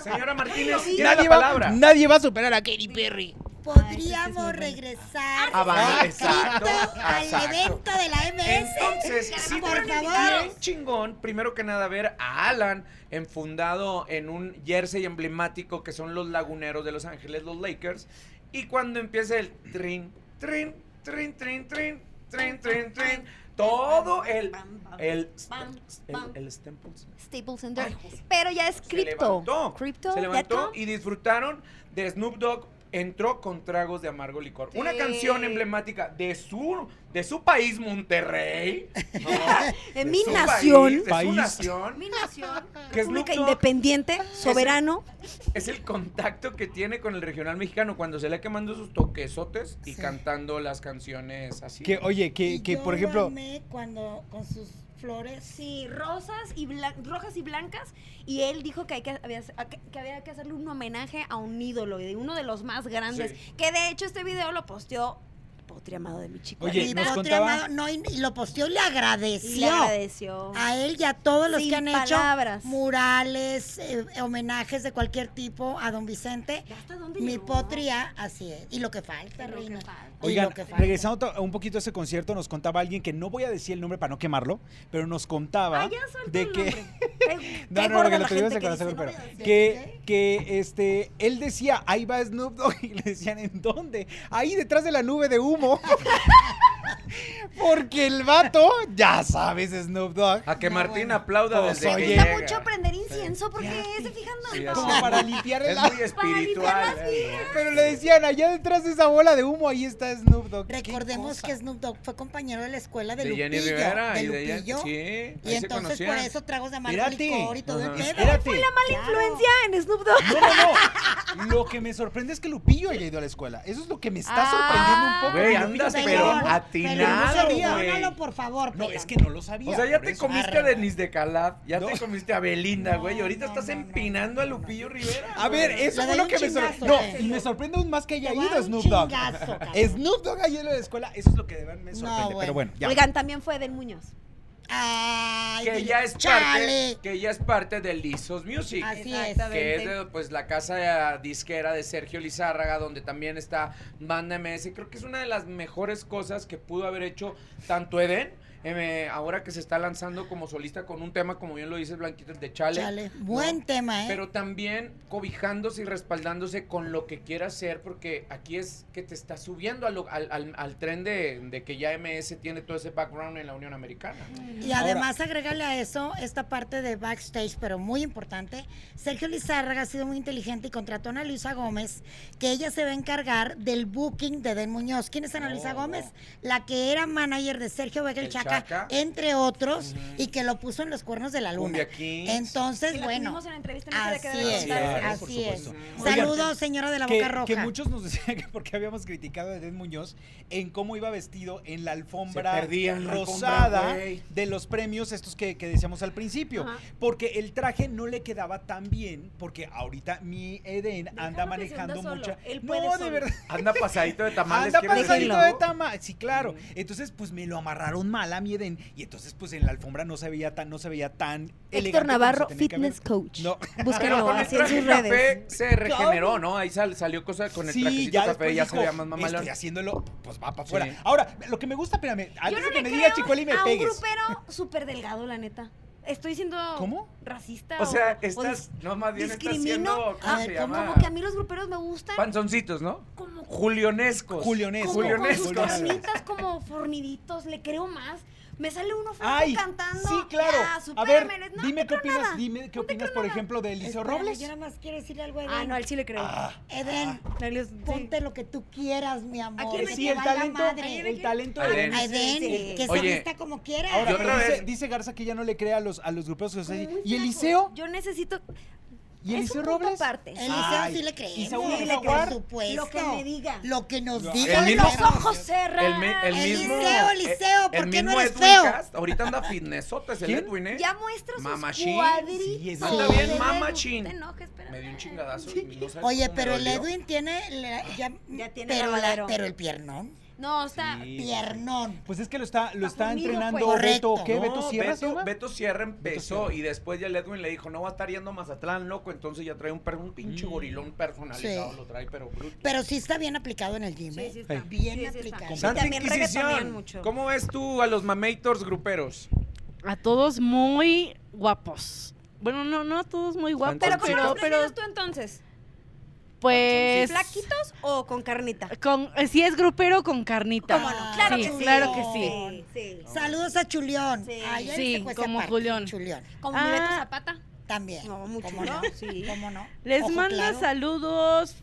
S2: Señora Martínez, tiene
S4: Nadie
S2: la
S4: va,
S2: palabra.
S4: nadie va a superar a Katy Perry.
S1: Podríamos regresar
S4: Ah,
S2: Avanza,
S1: al
S2: exacto,
S1: grito, al
S2: exacto.
S1: evento de la MS.
S2: Entonces, sí
S1: por
S2: fueron
S1: favor.
S2: bien chingón, primero que nada, ver a Alan enfundado en un jersey emblemático que son los laguneros de Los Ángeles, los Lakers. Y cuando empieza el trin, trin, trin, trin, trin, trin, trin, trin, todo el. El. El, el Staples.
S3: Staples Center.
S2: Ay, José.
S3: pero ya es
S2: Se
S3: cripto.
S2: levantó.
S3: Cripto.
S2: Se
S3: ya
S2: levantó
S3: está.
S2: y disfrutaron de Snoop Dogg. Entró con tragos de amargo licor. Una
S3: Sí.
S2: canción emblemática de su, de su país, Monterrey. ¿no?
S3: En
S2: De
S3: mi
S2: su
S3: nación.
S2: país, de
S4: País.
S2: su nación.
S3: Mi nación.
S2: Que es
S3: República
S2: Snoop Dogg.
S3: independiente, soberano.
S2: Es el contacto que tiene con el regional mexicano cuando se le ha quemando sus toquesotes y
S1: Sí.
S2: cantando las canciones así.
S4: Que, oye, que,
S1: Y
S4: que
S1: yo
S4: por
S1: lo
S4: ejemplo.
S1: amé cuando con sus flores.
S3: eh, Sí, rosas y blan- rojas y blancas. Y él dijo que, hay que, había, que- que había que hacerle un homenaje a un ídolo, de uno de los más grandes.
S2: Sí.
S3: Que de hecho este video lo posteó Potri Amado de mi chico.
S4: Oye,
S1: Mi
S4: nos
S1: potro
S4: contaba-
S1: amado, no, y y lo posteó y le
S3: y
S1: agradeció.
S3: le agradeció.
S1: a él y a todos los
S3: Sin
S1: que han
S3: palabras.
S1: hecho murales, eh, homenajes de cualquier tipo a don Vicente.
S3: ¿Ya hasta dónde
S1: Mi
S3: llegó?
S1: potría, así es. Y lo que falta,
S3: Lo que
S1: reina.
S3: falta.
S1: Y
S4: Oigan,
S1: lo que falta.
S4: regresando to- un poquito a ese concierto, nos contaba alguien que no voy a decir el nombre para no quemarlo, pero nos contaba
S3: Ah, ya suelta
S4: de
S3: el
S4: que
S3: nombre. Qué-
S4: No, no,
S3: qué
S4: no,
S3: gorda
S4: que lo
S3: la
S4: tuvimos
S3: gente
S4: en
S3: que
S4: corazón,
S3: dice,
S4: pero
S3: no voy a decir.
S4: que, que este, él decía, ahí va Snoop Dogg, y le decían, ¿en dónde? Ahí detrás de la nube de humo. Porque el vato, ya sabes, Snoop Dogg.
S2: A que
S1: No,
S2: Martín
S1: bueno.
S2: aplauda
S4: Pues,
S2: desde
S4: oye.
S2: que
S3: Cuesta
S2: llega.
S3: mucho prender incienso porque se fijan
S2: Sí,
S3: no.
S2: así
S4: Como para limpiar el
S2: Es muy
S4: aire.
S2: espiritual. ¿eh?
S4: Pero le decían, allá detrás de esa bola de humo, ahí está Snoop Dogg. Qué
S1: Recordemos
S4: cosa.
S1: que Snoop Dogg fue compañero de la escuela de,
S2: De
S1: Lupillo.
S2: Jenny Rivera
S1: de
S2: y de Jen-
S1: Lupillo.
S2: sí,
S1: y
S2: ahí se
S1: entonces por
S2: conocían.
S1: eso tragos de amargo
S4: Espérate.
S1: licor y todo el
S2: Ajá.
S1: pedo.
S4: Espérate. Fue la
S3: Mala influencia en Snoop Dogg.
S4: No, no, no. Lo que me sorprende es que Lupillo haya ido a la escuela. Eso es lo que me está sorprendiendo un poco.
S2: Güey,
S4: Lupillo
S2: andas,
S4: no
S2: pero
S4: sabía.
S2: atinado,
S4: sabía.
S2: güey.
S1: Perdónalo, por favor.
S4: No,
S1: Pelan.
S4: es que no lo sabía.
S2: O sea, ya
S4: por
S2: te
S4: eso.
S2: comiste a
S1: Arre.
S2: Denise de Calab, ya
S4: No.
S2: te comiste a Belinda, güey, y ahorita
S1: no,
S2: estás
S1: no, no,
S2: empinando
S1: no,
S2: a Lupillo Rivera.
S4: A ver,
S2: güey.
S4: eso
S1: Le
S4: fue
S1: doy
S4: lo
S1: un
S4: que me
S1: chingazo,
S4: sorprendió. No,
S1: ¿qué?
S4: y me sorprende aún más que haya
S1: Te voy a
S4: ido
S1: dar un
S4: Snoop Dogg.
S1: chingazo, cabrón.
S4: Snoop Dogg haya ido a la escuela, eso es lo que de verdad me
S1: No,
S4: sorprende. Pero
S1: bueno.
S4: bueno, ya.
S3: Oigan, también fue Del Muñoz.
S1: Ay,
S2: que
S1: dile,
S2: ya es
S1: chale.
S2: parte, que ya es parte de Lizos Music.
S1: Así es.
S3: Exactamente.
S2: Que es de, pues la casa disquera de Sergio Lizárraga, donde también está Banda MS. Creo que es una de las mejores cosas que pudo haber hecho tanto Eden, em, ahora que se está lanzando como solista con un tema, como bien lo dices, Blanquita, el de Chale.
S1: Chale. Buen
S2: ¿no?
S1: tema, ¿eh?
S2: Pero también cobijándose y respaldándose con lo que quiera hacer, porque aquí es que te está subiendo a lo- al, al- al tren de, de que ya MS tiene todo ese background en la Unión Americana.
S1: Y además agregarle a eso esta parte de backstage, pero muy importante. Sergio Lizárraga ha sido muy inteligente y contrató a Ana Luisa Gómez, que ella se va a encargar del booking de Den Muñoz. ¿Quién es Ana Luisa
S2: No.
S1: Gómez? La que era manager de Sergio Vega el,
S2: El
S1: Chaca, Oaxaca,
S2: Oaxaca.
S1: entre otros, y que lo puso en los cuernos de la luna.
S2: Cumbiaquín.
S1: Entonces,
S3: Y la
S1: bueno,
S3: tuvimos en la entrevista en esa de
S1: así
S3: que
S1: es,
S3: debe de
S4: Claro, por
S1: así es.
S2: Mm.
S4: supuesto. Oigan,
S1: Saludos, señora de la
S4: que,
S1: boca roja.
S4: que muchos nos decían que porque habíamos criticado a Edén Muñoz en cómo iba vestido en la alfombra
S2: Se perdía en la
S4: rosada
S2: alfombra, güey.
S4: de los premios estos que, que decíamos al principio.
S3: Ajá.
S4: Porque el traje no le quedaba tan bien porque ahorita mi Edén
S3: Déjalo
S4: anda
S3: que se
S4: manejando
S3: hunda
S4: mucha...
S3: solo, él puede
S4: no, de
S3: solo.
S4: verdad.
S2: Anda pasadito de tamales.
S4: Anda
S2: ¿quieres decir?
S4: pasadito de tama. Sí, claro. Entonces, pues me lo amarraron mal a mi Edén. Y entonces, pues en la alfombra no se veía tan, no se veía tan elegante
S3: Héctor
S4: como
S3: Navarro,
S4: se tenía que haber.
S3: fitness coach.
S4: No.
S2: Pero
S3: Búsquenlo
S2: con el
S3: así en
S2: traje
S3: sus
S2: café
S3: redes.
S2: se regeneró, ¿no? Ahí sal- salió cosa con el trajecito café
S4: después
S2: ya se
S4: dijo,
S2: veía más mamalón.
S4: Estoy haciéndolo, pues va para afuera.
S2: Sí.
S4: Ahora, lo que me gusta, espérame, antes
S3: Yo no
S4: de que
S3: le
S4: me digas,
S3: creo
S4: Chicuel, y me
S3: a
S4: pegues.
S3: un grupero súper delgado, la neta. Estoy siendo
S4: ¿Cómo?
S3: racista
S2: O sea,
S3: o
S2: estás, no más bien estás
S3: discrimino
S2: siendo, ¿cómo
S3: a-
S2: se
S3: como
S2: llama?
S3: que a mí los gruperos me gustan
S2: Panzoncitos, ¿no?
S3: como
S4: Julionesco.
S2: Julionescos.
S3: como con sus
S2: Julionescos.
S4: Julionesco.
S3: carnitas como forniditos, le creo más. Me sale uno franco
S4: Ay,
S3: cantando.
S4: sí, claro.
S3: ya,
S4: a ver,
S3: supérame, no
S4: dime
S3: te
S4: qué
S3: creo
S4: opinas,
S3: nada.
S4: dime qué opinas, por ejemplo, de Eliseo
S1: Espérame,
S4: Robles.
S1: Yo nada más quiero decirle algo a Eden.
S3: Ah, no, él sí le creo.
S1: Eden,
S3: Él sí.
S1: ponte lo que tú quieras, mi amor.
S3: ¿A quién
S1: que
S3: me
S1: te
S4: Sí, el
S1: valga
S4: talento,
S1: madre.
S4: el talento
S2: A
S4: de
S2: Eden.
S1: A Eden,
S3: Sí.
S1: que se
S2: Oye,
S1: vista como quiera.
S4: Ahora,
S2: Yo
S4: pero
S2: otra
S4: dice,
S2: vez-
S4: dice Garza que ya no le crea a los, a los gruperos. o sea,
S3: Muy
S4: ¿Y
S3: flaco.
S4: Eliseo?
S3: Yo necesito.
S4: ¿Y
S3: es un
S4: Eliseo
S3: punto
S4: Robles?
S3: aparte.
S1: Eliseo
S4: Ay,
S1: sí le
S4: ¿y
S1: creemos.
S4: Saúl
S1: por
S4: Jaguar?
S1: supuesto.
S3: Lo que me diga.
S1: Lo que nos
S4: No,
S1: diga.
S2: el
S1: le
S2: mismo-
S3: Los
S1: creemos.
S3: ojos
S2: El, mi-
S3: cerrados.
S2: el mismo. eh,
S1: Eliseo, Eliseo, ¿por
S2: el
S1: qué no
S2: mismo
S1: eres
S2: Edwin
S1: feo?
S2: Cast, ahorita anda fitnessotes el
S4: ¿Quién?
S2: Edwin, ¿eh?
S3: Ya muestra sus
S2: Mamachín.
S3: cuadritos.
S4: Sí, es
S2: Anda
S1: Sí.
S2: bien,
S3: Edu,
S2: mamachín.
S3: No te enojes, espérame.
S2: Me dio un chingadazo. y no sabes
S1: Oye,
S2: cómo me
S1: pero el
S2: dolió.
S1: Edwin tiene. la- ya,
S3: Ya tiene
S1: pero,
S3: lavadero.
S1: pero el piernón.
S3: No, está.
S4: Sí.
S1: Piernón.
S4: Pues es que lo está, lo
S3: Pa'
S4: está
S3: conmigo,
S4: entrenando
S1: pues.
S4: Beto.
S1: Correcto.
S4: ¿Qué?
S2: No,
S4: ¿Beto Sierra? se
S2: Beto,
S4: llama?
S2: Beto Sierra empezó
S4: Sierra.
S2: y después ya el Edwin le dijo, no va a estar yendo a Mazatlán, loco. Entonces ya trae un, per- un pinche
S4: Mm.
S2: gorilón personalizado,
S1: Sí.
S2: lo trae, pero bruto.
S1: Pero sí está bien aplicado en el gym.
S3: Sí,
S1: ¿eh?
S3: sí está.
S1: Bien
S3: Sí, sí está.
S1: aplicado.
S3: Y
S2: Santa
S3: también reggaetonean
S2: Inquisición,
S3: mucho.
S2: ¿cómo ves tú a los mamators gruperos?
S5: A todos muy guapos. Bueno, no, no a todos muy guapos,
S3: Pero
S5: pero,
S3: ¿cómo los
S5: pero,
S3: prefieres tú entonces?
S5: pues...
S3: ¿Flaquitos o con carnita?
S5: Con, eh, si es grupero con carnita.
S1: ¿Cómo no?
S3: Claro
S5: Sí,
S3: que sí.
S5: claro que sí.
S3: Sí, sí.
S1: Saludos a Chulión.
S3: Sí.
S1: Ay, él
S5: Sí,
S1: se cuece
S5: como
S1: aparte,
S5: Julión.
S1: Chulión.
S3: Como mi
S5: Ah.
S3: Beto Zapata.
S1: También.
S3: No, mucho,
S1: ¿Cómo
S3: ¿no?
S1: no?
S3: Sí.
S1: ¿Cómo no?
S5: Les
S1: Ojo
S5: manda
S1: claro.
S5: saludos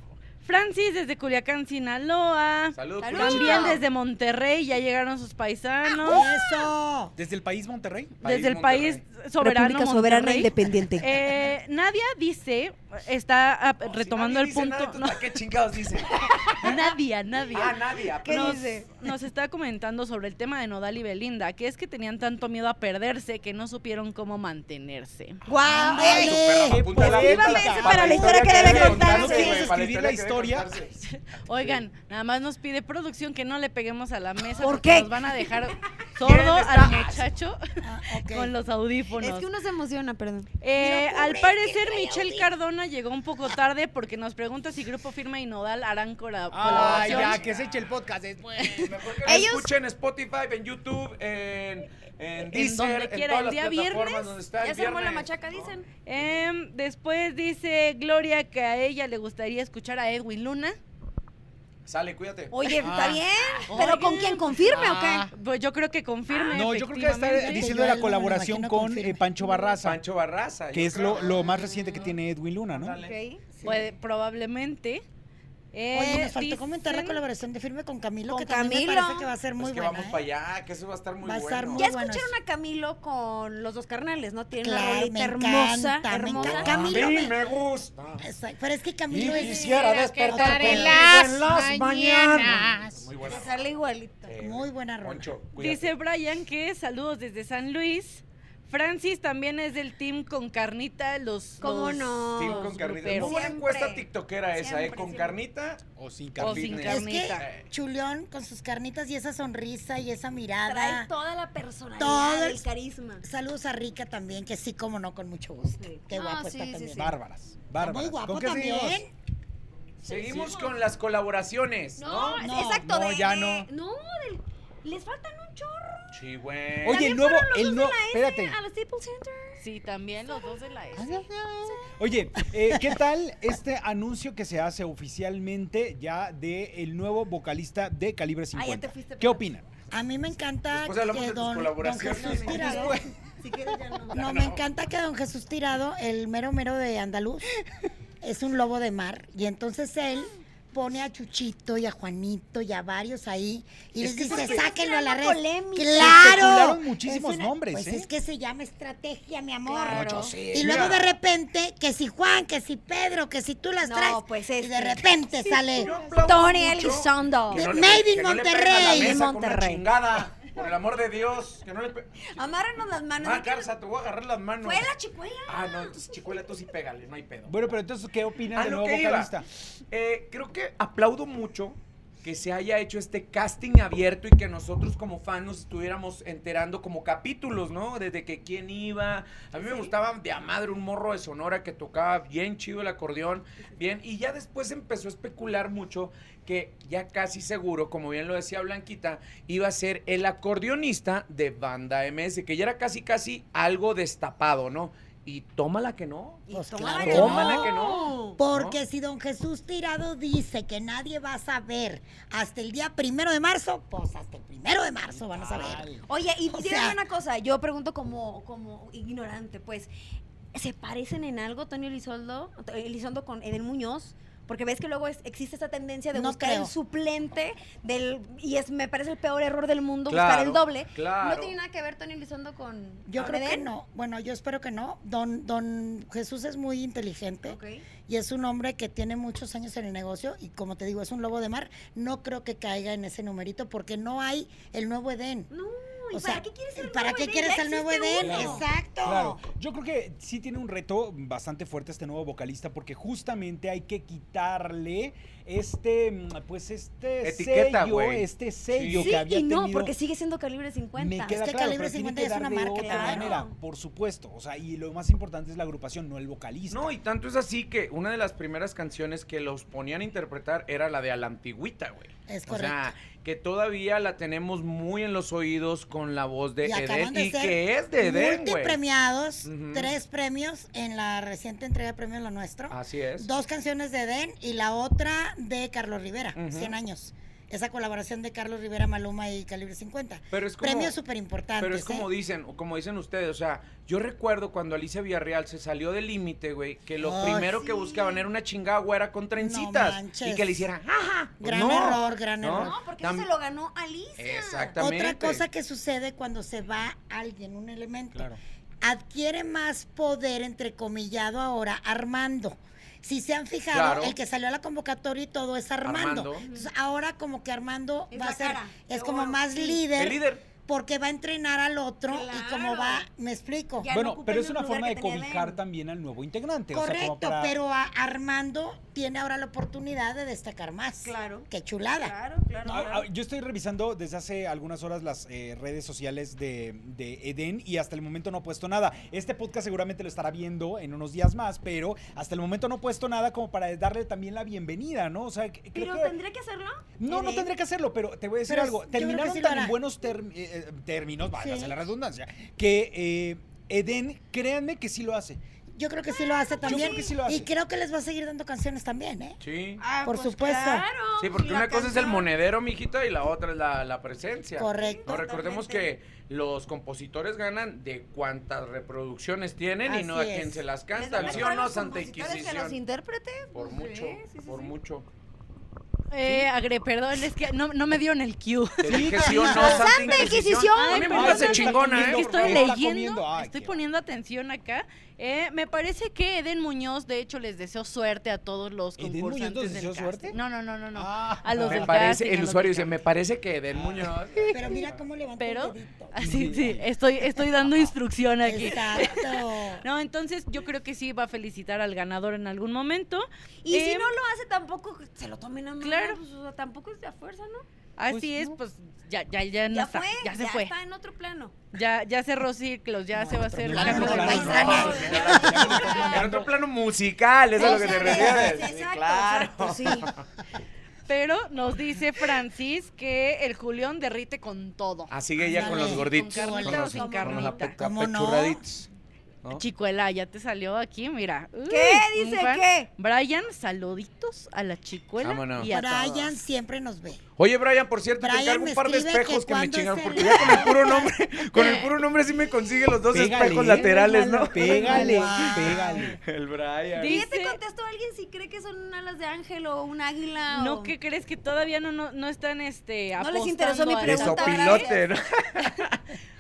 S5: Francis desde Culiacán, Sinaloa.
S2: Saludos.
S3: Salud.
S2: Culiacán.
S5: También desde Monterrey ya llegaron sus paisanos.
S1: Ah, Eso.
S4: ¿Desde el país Monterrey?
S2: País
S5: desde el
S2: Monterrey.
S5: país soberano.
S3: República Soberana
S5: Monterrey.
S3: Independiente.
S5: Eh, Nadia dice, está ah,
S2: No, Oh, si
S5: retomando
S2: nadie
S5: el
S2: dice
S5: punto.
S2: nada, entonces, ¿para ¿Qué chingados dice?
S5: no, Nadia, Nadia.
S2: Ah, nadie. ah,
S3: ¿Qué
S5: nos,
S3: dice?
S5: nos está comentando sobre el tema de Nodal y Belinda, que es que tenían tanto miedo a perderse que no supieron cómo mantenerse.
S3: ¡Guau!
S1: Ándale.
S2: Supera,
S4: Qué
S2: apunta la-
S3: poética.
S2: apunta
S3: Para la historia que debe contarse.
S4: ¿No
S2: güey,
S4: quieres
S2: para
S4: escribir la
S2: que debe
S4: historia?
S2: contarse.
S5: Oigan, nada más nos pide producción que no le peguemos a la mesa
S3: ¿Por
S5: porque
S3: qué?
S5: nos van a dejar sordo al muchacho
S1: Ah, ok.
S5: con los audífonos.
S3: Es que uno se emociona, perdón.
S5: Eh,
S1: Mira,
S5: al
S1: pobre,
S5: parecer,
S1: qué feo,
S5: Michelle
S1: di.
S5: Cardona llegó un poco tarde porque nos pregunta si Grupo Firme y Nodal harán cora-
S4: Ay,
S5: colaboración.
S4: ya, que se eche el podcast después.
S2: Mejor que
S3: Ellos-
S2: Ellos... escuchen en Spotify, en YouTube, en, en Deezer,
S5: donde
S2: en todas
S5: quiera, el
S2: las
S5: día
S2: plataformas
S5: viernes,
S2: donde está el
S3: Ya se armó la
S2: viernes,
S3: machaca,
S2: ¿no?
S3: dicen.
S5: Em, después dice Gloria que a ella le gustaría escuchar a Edwin Luna.
S2: Sale, cuídate.
S3: Oye, está
S4: Ah.
S3: bien. ¿Pero con quién? ¿Confirme o qué?
S5: Pues yo creo que confirme.
S4: Ah, No, yo creo que está
S5: efectivamente.
S4: diciendo
S1: Yo
S4: de la
S1: algo me
S4: colaboración
S1: imagino
S4: con
S1: confirme.
S4: eh, Pancho Barraza,
S2: Pancho Barraza.
S4: que
S2: yo
S4: es lo,
S2: creo.
S4: lo más reciente que tiene Edwin Luna, ¿no?
S2: Dale.
S3: Ok.
S5: Puede- Pues, probablemente. Eh,
S1: Oye, nos faltó
S5: dicen-
S1: comentar la colaboración de firme con Camilo,
S3: Con
S1: que también me
S3: Camilo.
S1: parece que va a ser
S2: Pues
S1: muy
S2: que
S1: buena.
S2: vamos
S1: ¿eh?
S2: para allá, que eso va a estar muy
S1: Va a
S2: bueno.
S1: estar muy
S3: Ya
S1: bueno
S3: escucharon a Camilo con los dos carnales, ¿no? Tiene
S1: Claro,
S3: una rolita
S1: me
S3: hermosa,
S1: encanta, me
S3: hermosa.
S1: encanta.
S2: A mí
S1: Camilo me-
S2: me gusta.
S1: Exacto, Pero es que Camilo es.
S2: despertar
S1: en
S6: las
S2: mañanas. Muy buena.
S3: Me sale igualito.
S2: Sí.
S1: Muy buena rola.
S2: Eh, Poncho, cuídate.
S5: Dice Brian que saludos desde San Luis. Francis también es del team con carnita, los.
S3: ¿Cómo
S5: los-
S3: no?
S2: Team con carnita. Muy
S5: gruperos.
S2: buena
S3: Siempre.
S2: encuesta tiktokera esa, ¿eh?
S3: Siempre,
S2: Con
S3: siempre.
S2: carnita. Eh,
S4: O sin
S5: O sin
S2: Fitness.
S1: Es
S5: carnita.
S1: que Chuleón con sus carnitas y esa sonrisa y esa
S3: Trae
S1: mirada.
S3: toda la personalidad,
S1: Todo el-
S3: el carisma.
S1: Saludos a Rica también, que sí, como no, con mucho gusto.
S3: Sí.
S1: Qué
S3: Ah,
S1: guapo
S3: sí,
S1: está
S3: sí,
S1: también.
S3: sí.
S4: Bárbaras,
S1: Está
S4: bárbaras.
S1: Muy
S4: ¿Con
S1: guapo
S4: qué seguimos?
S1: también.
S2: Seguimos con las colaboraciones.
S3: No,
S2: ¿no?
S1: No,
S3: exacto.
S4: no,
S3: de-
S4: ya
S3: de-
S4: no.
S3: No, del- les faltan un chorro.
S2: Sí, güey.
S4: Oye, el
S3: También
S4: nuevo,
S3: fueron los
S4: el
S3: dos
S4: nuevo,
S3: de la S
S4: espérate.
S3: A la Staples Center.
S5: Sí, también los dos de la S.
S1: Ah,
S4: Oye, eh, ¿qué tal este anuncio que se hace oficialmente ya de el nuevo vocalista de Calibre
S3: Ah, ya te
S4: 50?
S3: fuiste
S4: ¿Qué
S3: para-
S4: opinan?
S1: A mí me encanta
S2: Después hablamos
S1: que
S2: de tus
S1: don, don
S2: colaboraciones.
S1: Jesús Tirado.
S3: Si quieres, ya no.
S1: No, me encanta que don Jesús Tirado, el mero mero de Andaluz, es un lobo de mar. Y entonces él pone a Chuchito y a Juanito y a varios ahí y
S4: Es
S1: les
S4: que
S1: dice,
S4: porque
S3: es
S1: sáquenlo a la
S3: una
S1: red.
S3: polémica.
S1: ¡Claro!
S4: Especularon muchísimos
S1: Es una-
S4: nombres,
S1: Pues
S4: ¿eh?
S1: es que se llama estrategia, mi amor.
S3: Claro. No, yo
S2: sé.
S1: Y luego
S2: Mira.
S1: de repente, que si Juan, que si Pedro, que si tú las
S3: No,
S1: traes.
S3: pues
S1: Y
S3: este.
S1: de repente sale.
S2: Yo aplaudo
S3: Tony
S2: mucho
S3: Elizondo.
S2: que no le-
S1: Made in
S2: que no le peguen a la
S1: Monterrey.
S2: mesa con una
S3: Monterrey.
S2: chingada. Por el amor de Dios. Que no le pe-
S3: Amáranos las manos.
S2: Ah, Garza, te voy a agarrar las manos.
S3: Fue la chicuela.
S2: Ah, no, entonces chicuela, tú sí pégale, no hay pedo.
S4: Bueno, pero entonces, ¿qué opinas
S2: A
S4: del
S2: lo
S4: nuevo
S2: Ah, que iba.
S4: vocalista?
S2: Eh, creo que aplaudo mucho que se haya hecho este casting abierto y que nosotros como fans nos estuviéramos enterando como capítulos, ¿no? Desde que quién iba. A mí me gustaba de a madre un morro de Sonora que tocaba bien chido el acordeón, bien. Y ya después empezó a especular mucho que ya casi seguro, como bien lo decía Blanquita, iba a ser el acordeonista de Banda MS, que ya era casi casi algo destapado, ¿no? Y tómala que no.
S1: Pues
S3: toma
S1: claro.
S3: la
S1: que
S2: Tómala
S1: no.
S2: que no.
S1: Porque si don Jesús Tirado dice que nadie va a saber hasta el día primero de marzo, pues hasta el primero de marzo van a saber.
S3: Oye, y
S1: O
S3: dígame
S1: sea-
S3: una cosa, yo pregunto como, como ignorante, pues, ¿se parecen en algo Tony Elizondo, Elizondo con Edel Muñoz? Porque ves que luego es- existe esta tendencia de
S1: No
S3: buscar
S1: creo.
S3: el suplente del y es me parece el peor error del mundo buscar
S2: Claro,
S3: el doble.
S2: claro.
S3: No tiene nada que ver Tony Elizondo con
S1: Yo
S3: con
S1: creo que
S3: Edel?
S1: no. Bueno, yo espero que no. Don, don Jesús es muy inteligente
S3: Ok.
S1: y es un hombre que tiene muchos años en el negocio y como te digo, es un lobo de mar. No creo que caiga en ese numerito porque no hay el nuevo Edén.
S3: No, ¿y
S1: O
S3: para
S1: sea,
S3: qué quieres el
S1: ¿para
S3: nuevo
S1: qué
S3: Edén?
S1: quieres
S3: Ya
S1: el nuevo
S3: existe
S1: Edén?
S3: uno.
S1: Exacto.
S4: Claro, yo creo que sí tiene un reto bastante fuerte este nuevo vocalista porque justamente hay que quitarle este, mm, pues este
S2: Etiqueta,
S4: sello,
S2: güey.
S4: este sello
S3: Sí,
S4: que había
S3: y no,
S4: tenido.
S3: porque sigue siendo calibre 50.
S4: Me queda
S1: que
S4: claro,
S1: Calibre
S4: pero tiene
S1: 50
S4: que
S1: es una
S4: darle
S1: marca
S4: otra
S1: también.
S4: manera, por supuesto. O sea, y lo más importante es la agrupación, no el vocalista.
S2: No, y tanto es así que una de las primeras canciones que los ponían a interpretar era la de A la Antigüita, güey.
S1: Es
S2: O sea, que todavía la tenemos muy en los oídos con la voz de
S1: Y acaban
S2: Edén
S1: de
S2: y
S1: ser
S2: que es de Edén, güey.
S1: Multipremiados,
S2: Ujú. Ah,
S1: tres premios en la reciente entrega de premios Lo Nuestro.
S2: Así es.
S1: Dos canciones de Edén y la otra de Carlos Rivera,
S2: Ujú.
S1: 100 años. Esa colaboración de Carlos Rivera, Maluma y Calibre 50.
S2: Pero es como
S1: Premios ¿eh? súper importantes.
S2: Pero es como dicen, o como dicen ustedes, o sea, yo recuerdo cuando Alicia Villarreal se salió del límite, güey, que lo
S1: Ay,
S2: primero que
S3: sí.
S2: buscaban era una chingada güera con trencitas
S1: manches.
S2: y que le hicieran, ajá.
S1: Gran error, gran error.
S3: No, porque
S2: Tam-
S3: eso se lo ganó
S1: Eh,
S3: Alicia.
S2: Exactamente.
S1: Otra cosa que sucede cuando se va alguien, un elemento,
S4: Claro.
S1: adquiere más poder, entrecomillado ahora, Armando. Si se han fijado,
S2: Claro.
S1: el que salió a la convocatoria y todo es Armando.
S2: Armando.
S1: Entonces, ahora como que Armando
S3: Es
S1: va a
S3: la
S1: ser,
S3: cara,
S1: es
S3: de
S1: como
S3: oro,
S1: más
S3: sí.
S1: líder,
S2: El líder.
S1: porque va a entrenar al otro y como
S3: Claro.
S1: va, me explico.
S3: Ya no
S4: bueno,
S3: ocupa
S4: pero
S3: el
S4: es una
S3: mismo lugar
S4: forma de
S3: que tenía
S4: cobijar
S3: Ben.
S4: también al nuevo integrante. o sea, como
S1: Correcto,
S4: para-
S1: pero a Armando tiene ahora la oportunidad de destacar más.
S3: Claro.
S1: Qué chulada.
S3: Claro, claro.
S4: Ah,
S3: claro.
S4: ah, Yo estoy revisando desde hace algunas horas las eh, redes sociales de, de Eden y hasta el momento no ha puesto nada. Este podcast seguramente lo estará viendo en unos días más, pero hasta el momento no ha puesto nada como para darle también la bienvenida, ¿no? O sea, que- creo
S3: Pero
S4: que-
S3: tendría que hacerlo.
S4: No, no
S3: Eden.
S4: tendré que hacerlo, pero te voy a decir
S1: Pero
S4: algo.
S1: yo creo que
S4: Terminaron
S1: sí lo
S4: tan en
S1: hará.
S4: buenos term- eh, eh, términos, válgase
S1: Sí.
S4: la redundancia, que eh, Eden, créanme que sí lo hace.
S1: Yo creo que sí lo hace también.
S4: creo que sí lo hace.
S1: Y creo que les va a seguir dando canciones también, ¿eh?
S2: Sí.
S3: Ah,
S1: Por supuesto.
S3: Claro,
S2: Sí, porque
S3: la
S2: una cosa es el
S3: canción.
S2: monedero, mijita, y la otra es la, la presencia.
S1: Correcto.
S2: No, recordemos que
S3: Totalmente.
S2: los compositores ganan de cuántas reproducciones tienen y no a
S1: Así
S2: quién
S1: es.
S2: se las
S3: Les va
S2: canta. ¿Sí
S3: mejor
S2: o
S3: a
S2: no,
S3: los
S2: Santa
S3: compositores que a los
S2: Inquisición?
S3: intérpretes?
S2: Por
S3: Sí,
S2: mucho,
S3: sí, sí,
S2: por
S3: sí.
S2: mucho.
S5: Eh, agre, perdón, es que no, no me dieron el cue.
S2: Te dije sí o no,
S4: Santa
S2: Santa
S3: Inquisición.
S2: A mí me
S5: perdón,
S2: parece
S5: es que-
S2: chingona,
S5: es
S2: ¿eh?
S5: que
S2: por favor.
S5: estoy
S4: favor. Está
S5: leyendo,
S4: comiendo, ay,
S5: estoy
S4: qué-
S5: poniendo atención acá. Eh, me parece que Eden Muñoz, de hecho, les deseo suerte a todos los
S4: ¿Eden Muñoz
S5: concursantes
S4: les
S5: del
S4: deseó
S5: casting.
S4: suerte?
S5: No, no, no, no, no.
S4: Ah.
S5: a los
S2: Me
S5: del casting,
S2: parece,
S5: a
S2: el
S5: los
S2: usuario
S5: del
S2: dice, me parece que Eden Muñoz.
S1: Pero mira cómo levanta el
S5: Pero-
S1: dedito.
S5: Así, Ah, sí, estoy, estoy dando instrucción aquí.
S1: Exacto.
S5: No, entonces yo creo que sí va a felicitar al ganador en algún momento.
S3: Y si
S5: Eh,
S3: no lo hace tampoco, se lo tomen a mano.
S5: Claro.
S3: Pues, o sea, tampoco es de a fuerza, ¿no?
S5: Así
S4: pues,
S5: es,
S4: no.
S5: pues ya, ya, ya, no
S3: ya
S5: está,
S3: fue,
S5: ya se fue.
S3: está en otro plano.
S5: Ya, ya cerró ciclos, ya se va a hacer el
S4: plano,
S5: cambio
S4: no,
S5: de
S4: no,
S5: país.
S4: no,
S2: En otro plano musical, es a lo que te
S1: Esa de-
S2: refieres. Sí,
S3: Exacto,
S2: claro.
S3: exacto, sí.
S5: Pero nos dice Francis que el Julián derrite con todo.
S2: Así que ella con
S1: Ándale,
S2: los gorditos.
S5: con carnita o sin
S2: los- con los
S5: carnita.
S2: ape-
S1: ¿Cómo no?
S2: apechurraditos. ¿no?
S5: Chicuela, ya te salió aquí, mira.
S3: ¿Qué?
S5: Uy, un
S3: ¿Dice
S5: fan.
S3: qué?
S5: Brian, saluditos a la chicuela
S2: Vámonos.
S5: y a
S1: Brian
S5: todos.
S1: siempre nos ve.
S2: Oye, Brian, por cierto,
S1: Brian
S2: te encargo
S1: me
S2: un par de
S1: escribe que
S2: espejos que, me
S1: cuándo
S2: chingan,
S1: es
S2: porque
S1: el-
S2: ya con el puro nombre, con el puro nombre sí me consigue los dos espejos laterales, ¿no?
S4: Pégale,
S1: Wow.
S4: pégale.
S2: El Brian.
S5: Di-
S3: Y ya te
S5: Dice-
S3: contesto a alguien si cree que son alas de ángel o un águila
S5: No,
S3: o...
S5: ¿qué crees? Que todavía no, no, no están este,
S3: No les interesó mi
S5: apostando a
S2: De
S5: eso.
S3: pregunta,
S2: sopilote, ¿no?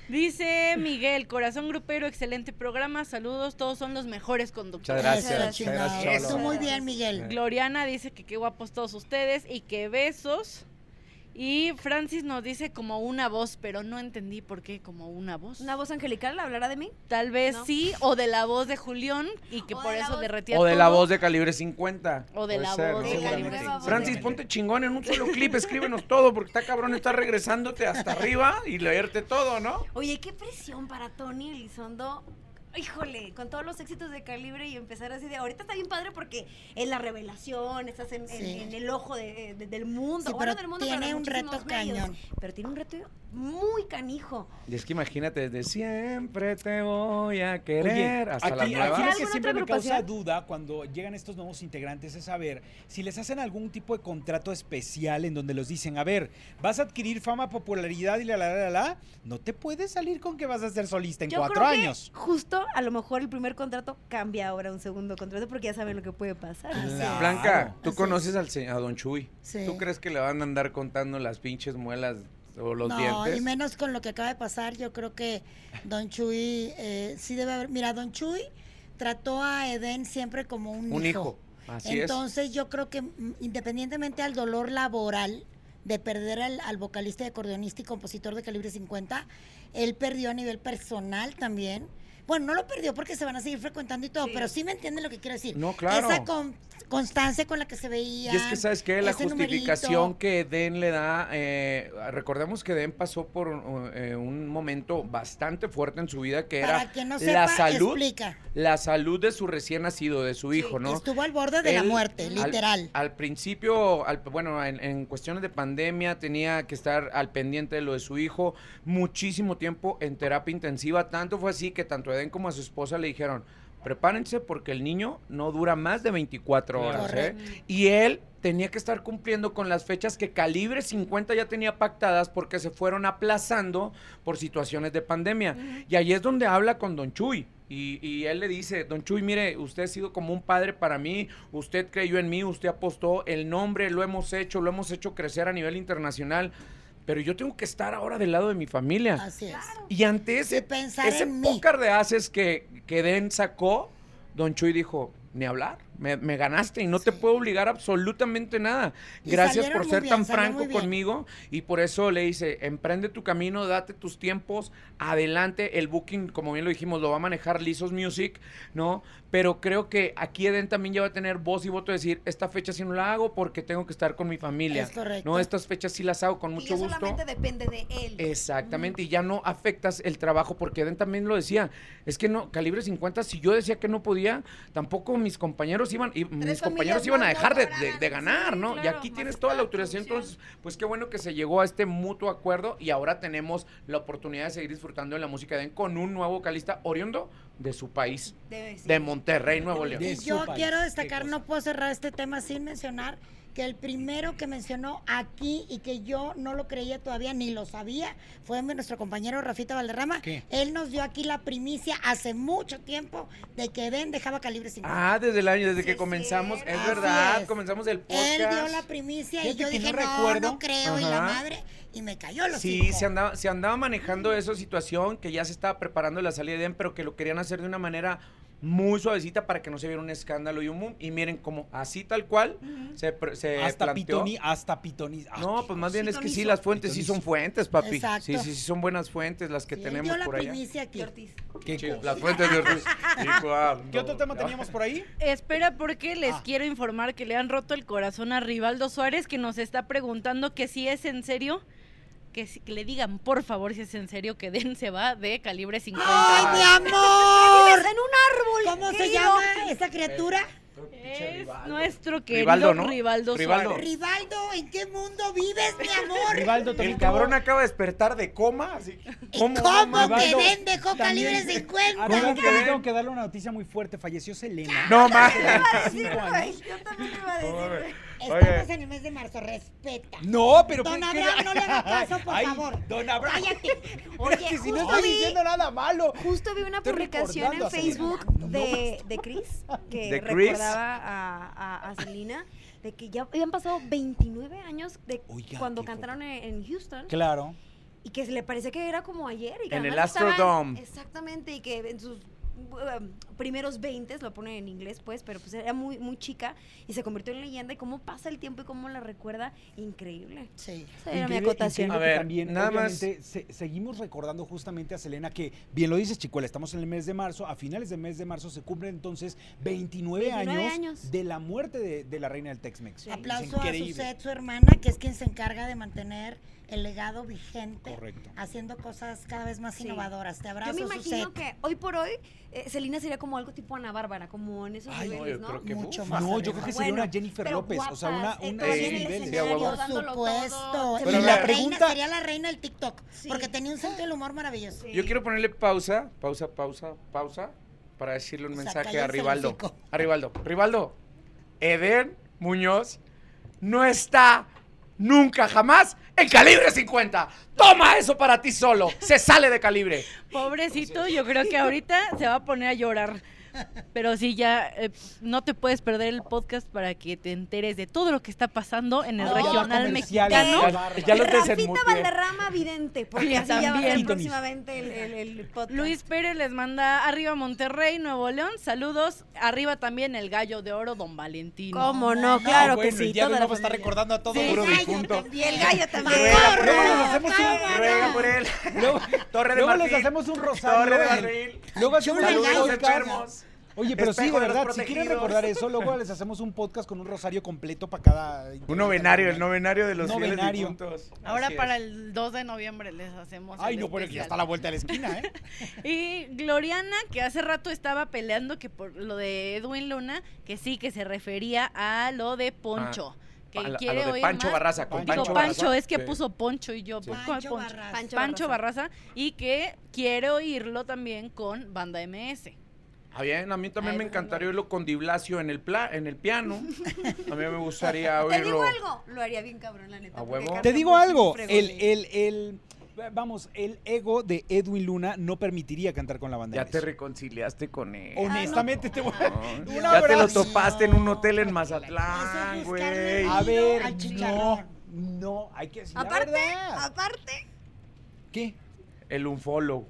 S5: Dice Miguel, corazón grupero, excelente programa, saludos, todos son los mejores conductores.
S2: Muchas gracias,
S1: Eso,
S2: muchas
S1: chingado.
S2: gracias,
S1: Eso,
S3: Cholo.
S1: muy bien, Miguel.
S5: Gloriana dice que qué guapos todos ustedes y que besos. Y Francis nos dice como una voz, pero no entendí por qué como una voz.
S3: ¿Una voz angelical hablará de mí?
S5: Tal vez
S3: No.
S5: sí, o de la voz de Julián y que
S3: O
S5: por
S3: de la
S5: eso
S3: voz-
S5: derretía
S2: O de la
S5: todo.
S2: voz de calibre 50.
S5: O de
S2: Puede
S5: la voz
S2: ¿no?
S5: de
S3: calibre
S2: Seguramente.
S3: 50.
S2: Francis, ponte chingón en un solo clip, escríbenos todo, porque está cabrón, está regresándote hasta arriba y leerte todo, ¿no?
S3: Oye, qué presión para Tony Elizondo. Híjole, con todos los éxitos de calibre y empezar así de. Ahorita está bien padre porque es la revelación, estás en, en-
S1: Sí.
S3: en el ojo de- de- del mundo.
S1: Sí,
S3: bueno,
S1: pero
S3: del mundo,
S1: tiene
S3: de
S1: un reto
S3: muchísimos medios.
S1: cañón.
S3: Pero tiene un reto muy canijo.
S2: Y es que imagínate, desde siempre te voy a querer
S4: Oye,
S2: hasta
S4: aquí,
S2: la
S4: aquí
S2: nueva.
S4: lo que
S3: ¿Alguna
S4: siempre
S3: otra
S4: me causa
S3: agrupación?
S4: duda cuando llegan estos nuevos integrantes es saber si les hacen algún tipo de contrato especial en donde los dicen, a ver, vas a adquirir fama, popularidad y la, la, la, la, no te puedes salir con que vas a ser solista en
S3: Yo
S4: cuatro
S3: creo que
S4: años.
S3: Justo, a lo mejor el primer contrato cambia ahora a un segundo contrato porque ya saben lo que puede pasar.
S1: Así es.
S4: Claro.
S2: Blanca, tú
S1: Así
S2: conoces al, se- a Don Chuy.
S1: Sí.
S2: ¿Tú crees que le van a andar contando las pinches muelas o los
S1: no,
S2: dientes?
S1: y menos con lo que acaba de pasar, yo creo que Don Chuy eh, sí debe haber. Mira, Don Chuy trató a Edén siempre como un,
S2: Un hijo. Así
S1: Entonces yo creo que mm, independientemente al dolor laboral de perder al, al vocalista y acordeonista y compositor de calibre 50, él perdió a nivel personal también. Bueno, no lo perdió porque se van a seguir frecuentando y todo,
S3: Sí.
S1: pero sí me entienden lo que quiero decir.
S2: No, claro.
S1: Esa con- constancia con la que se
S2: es.
S1: veía.
S2: Y es que, ¿sabes qué? La
S1: ese numerito.
S2: justificación que Den le da, eh, recordemos que Den pasó por eh, un momento bastante fuerte en su vida que era
S1: Para quien no
S2: la
S1: sepa,
S2: salud,
S1: explica.
S2: la salud de su recién nacido, de su hijo, ¿no?
S1: Estuvo al borde de la
S2: Él,
S1: muerte,
S2: al-
S1: literal.
S2: Al, principio, al- bueno, en, en cuestiones de pandemia tenía que estar al pendiente de lo de su hijo muchísimo tiempo en terapia intensiva. Tanto fue así que tanto a Eden como a su esposa le dijeron, prepárense porque el niño no dura más de 24
S4: Claro.
S2: horas. ¿eh?". Y él tenía que estar cumpliendo con las fechas que Calibre 50 ya tenía pactadas porque se fueron aplazando por situaciones de pandemia. Y ahí es donde habla con Don Chuy. Y, y él le dice, Don Chuy, mire, usted ha sido como un padre para mí, usted creyó en mí, usted apostó, el nombre lo hemos hecho, lo hemos hecho crecer a nivel internacional, pero yo tengo que estar ahora del lado de mi familia.
S1: Así es.
S2: Y ante ese,
S1: Y pensar
S2: ese
S1: en mí.
S2: póker de haces que, que Den sacó, Don Chuy dijo, ni hablar, me, me ganaste y no te
S1: Sí.
S2: puedo obligar absolutamente nada.
S1: Y
S2: Gracias
S1: salieron
S2: por
S1: muy
S2: ser
S1: bien,
S2: tan
S1: salió muy
S2: franco
S1: bien.
S2: conmigo y por eso le dice, emprende tu camino, date tus tiempos, adelante, el booking, como bien lo dijimos, lo va a manejar Lizos Music, ¿no? Pero creo que aquí Eden también ya va a tener voz y voto de decir, esta fecha sí no la hago porque tengo que estar con mi familia.
S1: Es correcto.
S2: No, estas fechas sí las hago con
S3: y
S2: mucho
S3: ya
S2: gusto.
S3: solamente depende de él.
S2: Exactamente, y ya no afectas el trabajo, porque Eden también lo decía, es que no, calibre 50, si yo decía que no podía, tampoco mis compañeros iban, y mis
S3: familias
S2: compañeros
S3: más
S2: iban a
S3: no
S2: dejar de, de-
S3: lograban.
S2: de ganar,
S3: Sí,
S2: ¿no? y
S3: claro,
S2: aquí
S3: más
S2: tienes toda la
S3: toda la
S2: autorización,
S3: producción.
S2: entonces, pues qué bueno que se llegó a este mutuo acuerdo y ahora tenemos la oportunidad de seguir disfrutando de la música de Eden con un nuevo vocalista oriundo de su país,
S3: Debe ser.
S2: de Monterrey, Nuevo León.
S4: De
S1: Y
S4: su
S1: yo
S4: país.
S1: quiero
S4: Qué
S1: destacar,
S4: cosa.
S1: no puedo cerrar este tema sin mencionar que el primero que mencionó aquí y que yo no lo creía todavía ni lo sabía fue mi- nuestro compañero Rafita Valderrama.
S4: ¿Qué?
S1: Él nos dio aquí la primicia hace mucho tiempo de que Edén dejaba calibre 50.
S2: Ah, desde el año, desde
S3: Sí,
S2: que
S3: es
S2: comenzamos, es
S1: cierto.
S2: verdad,
S1: Así es.
S2: comenzamos el podcast.
S1: Él dio la primicia y
S4: Fíjate
S1: yo
S4: que no
S1: dije, no, no,
S4: recuerdo".
S1: creo, y la
S2: Ajá.
S1: madre, y me cayó los
S2: Sí, se andaba, se andaba manejando esa situación, que ya se estaba preparando la salida de Eden, pero que lo querían hacer de una manera muy suavecita para que no se viera un escándalo y un boom. Y miren cómo así tal cual se, pre- se
S4: Hasta
S2: planteó.
S4: pitoni, hasta pitoni. ah,
S2: No,
S4: qué
S2: pues más
S4: cosa.
S2: bien es que sí,
S3: Pitonizo.
S2: las fuentes sí son
S4: Pitonizo.
S2: fuentes, papi.
S1: Exacto.
S2: Sí, sí, sí, son buenas fuentes las que
S1: él
S2: tenemos
S1: dio la
S2: por allá.
S1: primicia aquí.
S3: Y Ortiz.
S4: Qué
S2: Sí,
S4: cosa. ah,
S2: las fuentes de Ortiz.
S4: ¿Qué otro tema teníamos por ahí?
S5: Espera porque les
S4: Ah.
S5: quiero informar que le han roto el corazón a Rivaldo Suárez que nos está preguntando que si es en serio, que, si- que le digan por favor si es en serio que Den se va de calibre 50.
S2: ¡Ah!
S1: ¡Ay, mi amor!
S3: en un árbol.
S1: ¿Cómo se
S3: querido.
S1: llama esa criatura?
S2: pinche
S5: Es
S2: Rivaldo.
S5: nuestro querido
S2: Rivaldo,
S5: Rivaldo,
S2: ¿no? Rivaldo.
S5: Rivaldo. Suárez.
S1: Rivaldo, ¿en qué mundo vives, mi amor?
S4: Rivaldo también
S2: El cabrón
S4: tuvo-
S2: acaba de despertar de coma, así que-
S1: ¿Y ¿Cómo, te
S4: Rivaldo
S1: ven de coca
S4: también-
S1: libre 50?
S4: A ver,
S2: ¿Cómo
S4: que
S2: que?
S4: tengo que darle una noticia muy fuerte. Falleció Selena.
S2: No más.
S4: Cinco años.
S3: Yo también iba a decir.
S1: Estamos en el mes de marzo, respeta.
S4: No, pero pues,
S1: Don
S4: ¿qué- qué-
S1: Abraham, no le haga caso, por
S4: Ay,
S1: favor.
S4: Don Abraham.
S1: Cállate.
S4: Oye,
S1: Oye,
S4: si no
S1: justo
S4: estoy
S1: vi-
S4: diciendo nada malo.
S3: Justo vi una
S4: Estoy
S3: publicación
S4: recordando
S3: en
S4: a Selena.
S3: Facebook de, de Chris, que
S2: ¿De Chris?
S3: recordaba a, a, a Selena, de que ya habían pasado 29 años de
S4: Oiga,
S3: cuando
S4: qué
S3: cantaron en, en Houston
S4: Claro.
S3: y que se le parece que era como ayer. Y que
S2: En el
S3: además estaban-
S2: Astrodome.
S3: Exactamente, y que en sus um, primeros 20, lo ponen en inglés pues, pero pues era muy, muy chica y se convirtió en leyenda y cómo pasa el tiempo y cómo la recuerda, increíble.
S1: Sí.
S3: Esa era mi
S4: Increíble-
S3: acotación.
S4: increíble
S2: A
S4: que
S2: ver,
S4: también,
S2: nada más-
S4: obviamente, se- seguimos recordando justamente a Selena que, bien lo dices, Chicuela, estamos en el mes de marzo, a finales del mes de marzo se cumplen entonces 29,
S3: 29
S4: años,
S3: años.
S4: de la muerte de, de la reina del Tex-Mex.
S3: Sí.
S4: Es
S1: Aplauso a
S4: increíble.
S1: Suzette, su hermana, que es quien se encarga de mantener el legado vigente,
S4: Correcto.
S1: haciendo cosas cada vez más
S3: Sí.
S1: innovadoras. Te abrazo,
S3: Yo me imagino
S1: Suzette.
S3: que hoy por hoy eh, Selena sería como algo tipo Ana Bárbara, como en esos
S4: Ay,
S3: niveles,
S2: no,
S3: ¿no?
S2: yo creo que
S1: Mucho
S2: fu-
S1: más
S4: No,
S1: arriba.
S4: yo creo que sería
S3: Bueno,
S4: una Jennifer
S3: pero
S4: López, o sea,
S3: guapas,
S4: una,
S3: eh,
S4: una
S3: todavía
S4: de
S3: en el
S4: esos niveles.
S2: escenario.
S1: Por
S3: dándolo
S1: supuesto.
S3: todo.
S1: Se
S4: Pero
S1: me
S4: la
S1: reina,
S4: pregunta-
S1: sería la reina del TikTok,
S3: Sí.
S1: porque tenía un sentido del humor maravilloso.
S3: Sí.
S2: Yo quiero ponerle pausa, pausa, pausa, pausa, para decirle un
S1: O sea,
S2: mensaje a
S1: cállate el
S2: Rivaldo.
S1: hocico.
S2: A Rivaldo. Rivaldo, Eden Muñoz no está nunca jamás en calibre 50. Toma eso para ti solo. Se sale de calibre.
S5: Pobrecito, yo creo que ahorita se va a poner a llorar. Pero sí, ya eh, no te puedes perder el podcast para que te enteres de todo lo que está pasando en el
S2: Ah,
S3: No,
S5: regional
S4: comerciales.
S5: mexicano.
S4: Qué
S2: Ya,
S4: bárbaro.
S2: ya los
S3: Rafita
S2: desenmuteé.
S3: Valderrama Vidente, porque
S5: Ya
S3: así ya va a ser
S5: también.
S3: próximamente el, el, el podcast.
S5: Luis Pérez les manda arriba Monterrey, Nuevo León. Saludos. Arriba también el gallo de oro, don Valentino.
S3: ¿Cómo no?
S1: No,
S3: Claro
S4: Ah,
S3: que
S4: bueno,
S3: sí.
S4: y ya
S3: toda
S4: nos
S3: la
S4: vamos a estar
S3: familia.
S4: recordando a todo
S1: Sí,
S4: puro
S1: gallo
S4: difunto.
S1: también.
S3: El gallo también.
S2: Ruega por él,
S1: ¡Cámara!
S2: nos hacemos un- ruega por él.
S4: Luego,
S2: Torre de
S4: luego les
S2: marfil.
S4: hacemos un rosario.
S2: Torre de
S4: en-
S2: barril.
S4: Luego hacemos
S1: Chula,
S4: un
S1: gallo.
S2: Saludos
S4: podcast.
S2: enfermos.
S4: Oye, pero sí, de
S2: Espejo de los
S4: verdad, si quieren
S2: protegidos.
S4: recordar eso, luego les hacemos un podcast con un rosario completo para cada...
S2: Un novenario, el novenario de los fieles
S4: Novenario.
S2: difuntos.
S5: Ahora
S2: Así es.
S5: para el 2 de noviembre les hacemos.
S4: Ay,
S5: el
S4: no, pero que ya
S5: especial.
S4: está a la vuelta de la esquina, ¿eh?
S5: Y Gloriana, que hace rato estaba peleando que por lo de Edwin Luna, que sí, que se refería a lo de Poncho. que
S2: Ah, A la- a
S5: quiere
S2: lo de
S5: oír
S2: Pancho
S5: más.
S2: Barraza, con
S5: Digo,
S4: Pancho
S5: Pancho,
S4: Barraza.
S5: es que
S2: Sí.
S5: puso Poncho y yo. pues,
S2: Sí.
S5: ¿cuál
S1: Pancho
S5: Poncho?
S1: Barraza.
S3: Pancho,
S5: Pancho
S3: Barraza.
S5: Barraza y que quiere oírlo también con Banda MS.
S2: Ah, bien, a mí también
S5: Ay,
S2: me
S5: no,
S2: encantaría
S5: no.
S2: oírlo con Di Blasio en el, pla- en el piano. A mí me gustaría
S3: Te digo
S2: oírlo.
S3: algo, lo haría bien cabrón, la neta.
S2: ¿A
S3: porque
S2: huevo?
S3: canta
S4: Te digo
S3: muy
S4: algo,
S3: fregón.
S4: el, el, el, vamos, el ego de Edwin Luna no permitiría cantar con la banda.
S2: Ya
S4: MS.
S2: te reconciliaste con él.
S4: Honestamente te voy a...
S2: No,
S4: Un
S2: ya te lo
S4: abrazo.
S2: topaste en un hotel en
S1: Eso
S2: Mazatlán,
S1: es buscarle
S2: güey.
S1: la
S4: A ver,
S1: Al
S4: no,
S1: chicharrón.
S4: no, hay que decir la
S3: Aparte,
S4: verdad.
S3: aparte.
S4: ¿Qué?
S2: El unfollow.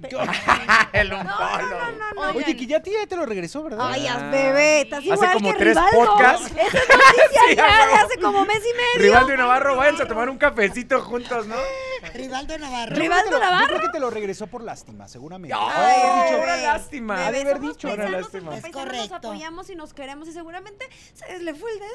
S2: el unfollow.
S5: Oigan,
S4: Oye, que ya tía te lo regresó, ¿verdad?
S3: Ay,
S2: Ah.
S3: bebé, estás
S5: Hace
S3: igual
S2: como
S3: que
S2: tres
S3: Rivaldo.
S2: podcasts.
S3: Esa es noticia
S2: Sí, a
S3: ya de
S2: huevo.
S3: hace como mes y medio.
S2: Rivaldo y Navarro, váyanse a tomar un cafecito juntos, ¿no?
S1: Rivaldo Navarro.
S4: Yo creo que
S3: Rivaldo
S4: te lo-
S3: Navarro.
S4: Yo creo que te lo regresó por lástima, seguramente.
S2: Ay,
S4: Ha de haber dicho,
S2: una lástima.
S4: Ha de
S3: Bebé,
S4: haber
S3: somos
S4: dicho,
S2: una
S3: paisanos,
S2: lástima.
S3: entre
S1: Es
S3: paisanos nos
S1: correcto.
S3: apoyamos y nos queremos y seguramente se le fue el dedo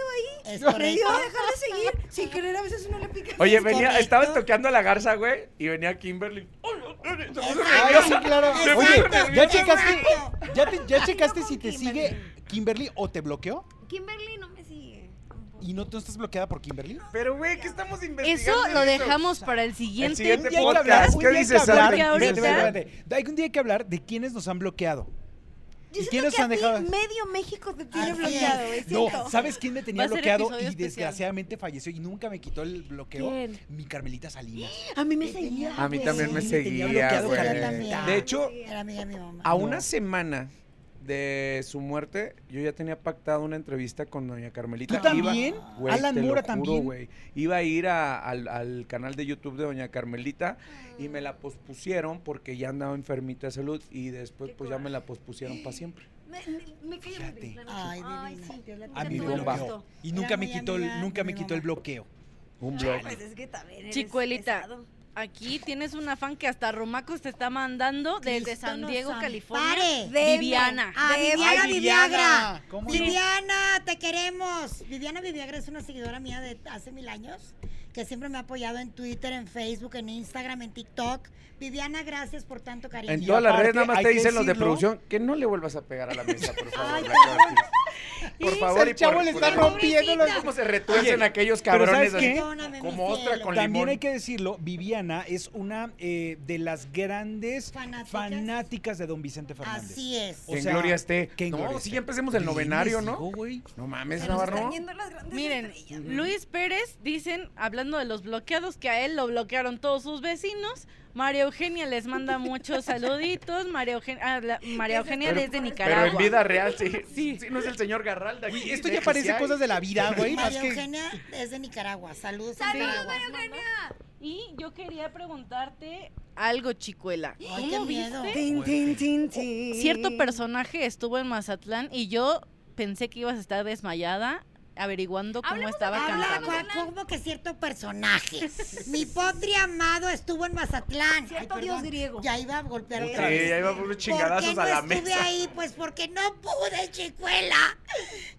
S3: ahí.
S1: Es
S3: Le
S1: correcto.
S3: dio a dejar de seguir. Sin querer, a veces uno le pica.
S2: Oye,
S1: Es
S2: venía,
S1: correcto.
S2: estabas toqueando a la garza, güey, y venía Kimberly. Ay, ay, ay, se
S1: Ay,
S2: puso
S4: Ay,
S2: nerviosa.
S4: sí, Ah, claro.
S1: Exacto,
S4: Oye, ¿ya
S1: exacto.
S4: checaste, ya te- ya
S3: no
S4: checaste
S3: con
S4: si te
S3: Kimberly.
S4: sigue Kimberly o te bloqueó?
S3: Kimberly no me sigue. tampoco.
S4: ¿Y no, no estás bloqueada por Kimberly?
S2: Pero, güey, ¿qué estamos investigando?
S5: eso lo
S2: en esto?
S5: dejamos para el
S2: El
S5: siguiente.
S2: siguiente
S4: Un día hay que hablar,
S2: Este podcast.
S4: un
S2: ¿Qué
S4: día hay que
S2: dices,
S4: hablar.
S2: Adri?
S5: Porque ahorita-
S4: Espérate, espérate. Hay un día hay que hablar de quiénes nos han bloqueado.
S3: Yo
S4: ¿Y
S3: siento
S4: quiénes
S3: que a
S4: han
S3: ti
S4: dejado?
S3: medio México te
S1: Así
S3: tiene
S1: es.
S3: bloqueado, güey.
S4: No,
S3: siento.
S4: ¿sabes quién me tenía
S5: Va a ser
S4: bloqueado
S5: episodio
S4: y
S5: especial.
S4: desgraciadamente falleció y nunca me quitó el bloqueo?
S3: ¿Quién?
S4: Mi Carmelita Salinas.
S3: A mí
S4: eh,
S3: me seguía.
S2: A mí
S3: güey.
S2: también me
S4: Ah, pues Sí, tenía
S2: seguía,
S4: bloqueado
S2: güey.
S1: Carmelita.
S2: De hecho,
S1: Era amiga de mi mamá.
S2: a
S4: Ah, No.
S2: una semana de su muerte, yo ya tenía pactado una entrevista con doña Carmelita.
S4: ¿Tú también?
S2: güey,
S4: Alan
S2: te lo
S4: Mora
S2: juro,
S4: también.
S2: güey. Iba a ir a- al, al canal de YouTube de doña Carmelita y me la pospusieron porque ya andaba enfermita de salud y después
S3: Qué
S2: pues ya me
S3: coraje.
S2: la pospusieron para siempre.
S3: Me, me, me caía muy bien. la neta.
S1: Ay,
S3: Ay,
S1: divina.
S3: sí.
S1: Yo la
S4: A
S3: Ya
S4: mí me
S3: tuve el
S2: bloqueó.
S3: gusto.
S4: bloqueó. Y nunca
S1: Era
S4: me
S1: muy
S4: quitó
S1: amiga
S4: el,
S1: de
S4: nunca
S1: mi
S4: me quitó
S1: mamá.
S4: el bloqueo.
S2: Un blog.
S3: Ay, Pues es que también eres
S5: Chicuelita.
S3: pesado.
S5: Aquí tienes una fan que hasta Romacos te está mandando desde
S1: Cristo
S5: San
S1: nos
S5: Diego,
S1: ampare.
S5: California.
S3: Deme.
S5: Viviana.
S1: A
S3: Eh, Ay,
S1: Viviana Viviagra.
S4: ¿Cómo no?
S1: Viviana, te queremos. Viviana Viviagra es una seguidora mía de hace mil años que siempre me ha apoyado en Twitter, en Facebook, en Instagram, en TikTok. Viviana, gracias por tanto cariño.
S2: En
S4: Y
S2: todas las
S4: aparte,
S2: redes nada más
S4: hay
S2: te
S4: que
S2: dicen los de
S4: decirlo.
S2: producción que no le vuelvas a pegar a la mesa, por favor.
S1: Ay,
S2: la
S1: perdón.
S2: Curtis. Por
S5: Y
S2: favor,
S4: el chavo
S2: por-
S4: le
S2: por-
S4: está
S2: por-
S4: rompiendo los...
S2: ¿Cómo se retuercen
S4: Oye,
S2: aquellos
S4: pero
S2: cabrones
S4: ¿sabes
S2: así?
S4: qué?
S1: Perdóname, mi
S2: Como ostra
S1: cielo.
S2: con
S4: También
S2: limón.
S4: hay que decirlo, Viviana es una eh, de las grandes
S1: Fanáticas.
S4: fanáticas, de don Vicente Fernández.
S1: Así es.
S4: O
S2: Que en
S4: sea,
S2: gloria esté.
S4: que en
S2: no,
S4: gloria
S2: sí,
S4: esté.
S2: ya empecemos el novenario,
S4: Dime, sigo,
S2: ¿no?
S4: güey.
S2: No mames,
S3: Se nos
S2: Navarro.
S3: están yendo las grandes
S5: Miren,
S3: estrellas.
S5: Luis Pérez, dicen, hablando de los bloqueados, que a él lo bloquearon todos sus vecinos. María Eugenia les manda muchos saluditos. María Eugenia, ah, la- María Eugenia
S2: Pero-
S5: desde Nicaragua.
S2: Pero en vida real, sí.
S5: Sí.
S2: Sí, no es el señor Garralda. aquí,
S4: Esto
S2: de
S4: ya
S2: que sí
S4: parece
S2: hay.
S4: cosas de la vida, güey. más
S1: María
S4: que-
S1: Eugenia es de Nicaragua. Saludos. a
S5: Saludos,
S1: Nicaragua.
S5: María Eugenia. Y yo quería preguntarte algo, Chicuela.
S1: Ay, qué
S5: ¿Cómo
S1: miedo.
S5: viste?
S3: Tin, tin, tin, tin.
S5: Oh, Cierto personaje estuvo en Mazatlán y yo pensé que ibas a estar desmayada averiguando cómo
S3: Hablemos
S5: estaba
S1: Habla
S5: cantando.
S1: cua- como que cierto personaje. Mi potri amado estuvo en Mazatlán.
S3: Cierto
S1: Ay,
S3: dios
S1: perdón.
S3: griego.
S1: Ya iba a golpear
S3: Sí,
S1: otra
S2: Sí,
S1: vez.
S2: ya iba por unos
S1: ¿Por qué
S2: chingadazos
S1: no
S2: a la
S1: estuve
S2: mesa.
S1: ahí? Pues porque no pude, chicuela.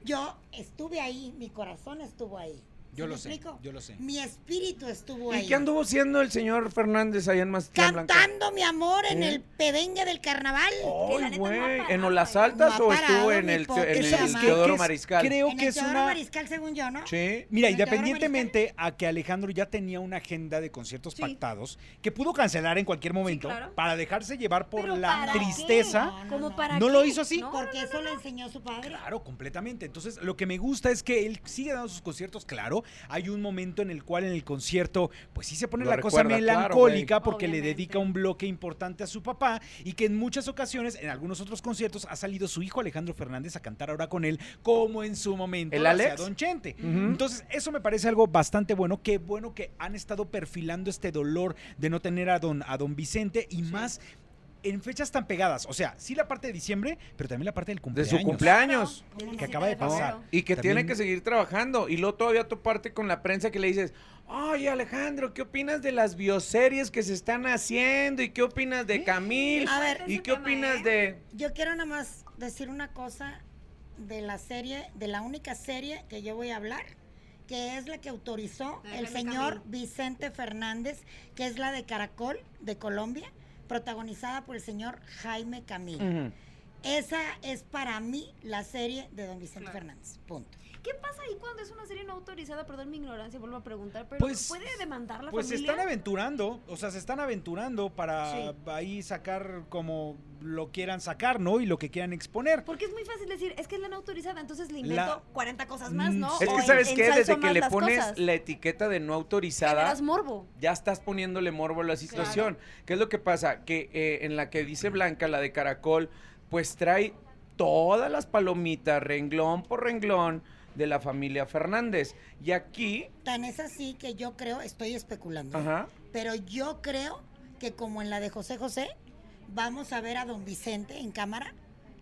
S1: Yo estuve ahí, mi corazón estuvo ahí. ¿Sí
S4: Yo
S1: me
S4: lo sé,
S1: explico?
S4: yo lo sé.
S1: Mi espíritu estuvo ahí.
S2: ¿Y qué anduvo siendo el señor Fernández allá en Mazatlán Blanca?
S1: Cantando, mi amor, en
S2: ¿Eh?
S1: el pedengue del carnaval.
S3: Que la
S2: Ay,
S3: neta no ha
S2: güey.
S3: parado,
S2: ¿En
S3: güey.
S2: Olas
S1: No
S2: Altas
S1: ha
S2: o
S1: parado,
S2: estuvo en
S1: mi
S2: el,
S1: po-
S2: en
S1: Esa
S2: el
S1: madre.
S4: que
S2: Teodoro
S4: es-
S2: Mariscal?
S4: Creo
S1: en
S4: que
S1: el
S4: es
S1: Teodoro
S4: una...
S1: Mariscal, según yo, ¿no?
S2: Sí.
S4: Mira,
S1: ¿En el Teatro
S4: independientemente a que Alejandro ya tenía una agenda de conciertos
S3: Sí.
S4: pactados que pudo cancelar en cualquier momento
S3: claro.
S4: para dejarse llevar por
S3: Pero
S4: la
S3: ¿para qué?
S4: tristeza.
S1: No,
S3: Como para
S4: ¿No lo
S3: qué?
S4: hizo así?
S3: ¿No?
S1: Porque eso lo enseñó su padre.
S4: Claro, completamente. Entonces, lo que me gusta es que él sigue dando sus conciertos, claro. Hay un momento en el cual en el concierto, pues sí se pone
S2: Lo
S4: la cosa
S2: recuerda, claro,
S4: melancólica porque le
S5: Obviamente.
S4: dedica un bloque importante a su papá y que en muchas ocasiones, en algunos otros conciertos, ha salido su hijo Alejandro Fernández a cantar ahora con él, como en su momento
S2: ¿El
S4: lo
S2: Alex?
S4: hacía Don Chente.
S2: Ujú.
S4: Entonces, eso me parece algo bastante bueno. Qué bueno que han estado perfilando este dolor de no tener a don, a don Vicente y más en fechas tan pegadas. O sea, sí la parte de diciembre, pero también la parte del
S2: De
S4: cumpleaños.
S2: su cumpleaños.
S4: que acaba de pasar.
S2: Y que
S4: También-
S2: tiene que seguir trabajando. Y luego todavía toparte con la prensa que le dices, ay Alejandro, ¿qué opinas de las bioseries que se están haciendo? ¿Y qué opinas de Camil?
S1: A ver,
S2: ¿Y
S3: ah, ese
S2: qué
S3: tema,
S2: opinas
S3: ¿eh?
S2: de...?
S1: Yo quiero nada más decir una cosa de la serie, de la única serie que yo voy a hablar, que es la que autorizó
S3: La de
S1: el
S3: Jaime
S1: señor
S3: Camil.
S1: Vicente Fernández, que es la de Caracol de Colombia, protagonizada por el señor Jaime Camil.
S2: Ujú.
S1: Esa es para mí la serie de Don Vicente
S3: Claro.
S1: Fernández. Punto.
S3: ¿Qué pasa ahí cuando es una serie no autorizada? Perdón mi ignorancia, vuelvo a preguntar, pero
S4: Pues-
S3: ¿puede demandar la
S4: Pues se
S3: familia?
S4: están aventurando, o sea, se están aventurando para
S3: Sí.
S4: ahí sacar como lo quieran sacar, ¿no? Y lo que quieran exponer.
S3: Porque es muy fácil decir, es que es la no autorizada, entonces le
S4: La-
S3: invento 40 cosas más,
S4: Mm,
S3: ¿no?
S4: sí.
S2: Es
S3: O
S2: que
S3: en-
S2: sabes qué,
S3: ensalzo
S2: desde que
S3: más
S2: le
S3: las
S2: pones
S3: cosas.
S2: la etiqueta de no autorizada,
S3: Generas morbo.
S2: ya estás poniéndole morbo a la situación. ¿Qué es lo que pasa? Que eh, en la que dice Blanca, la de Caracol, pues trae todas las palomitas, renglón por renglón, de la familia Fernández. Y aquí,
S1: Tan es así que yo creo, estoy especulando,
S2: ajá,
S1: pero yo creo que como en la de José José, vamos a ver a Don Vicente en cámara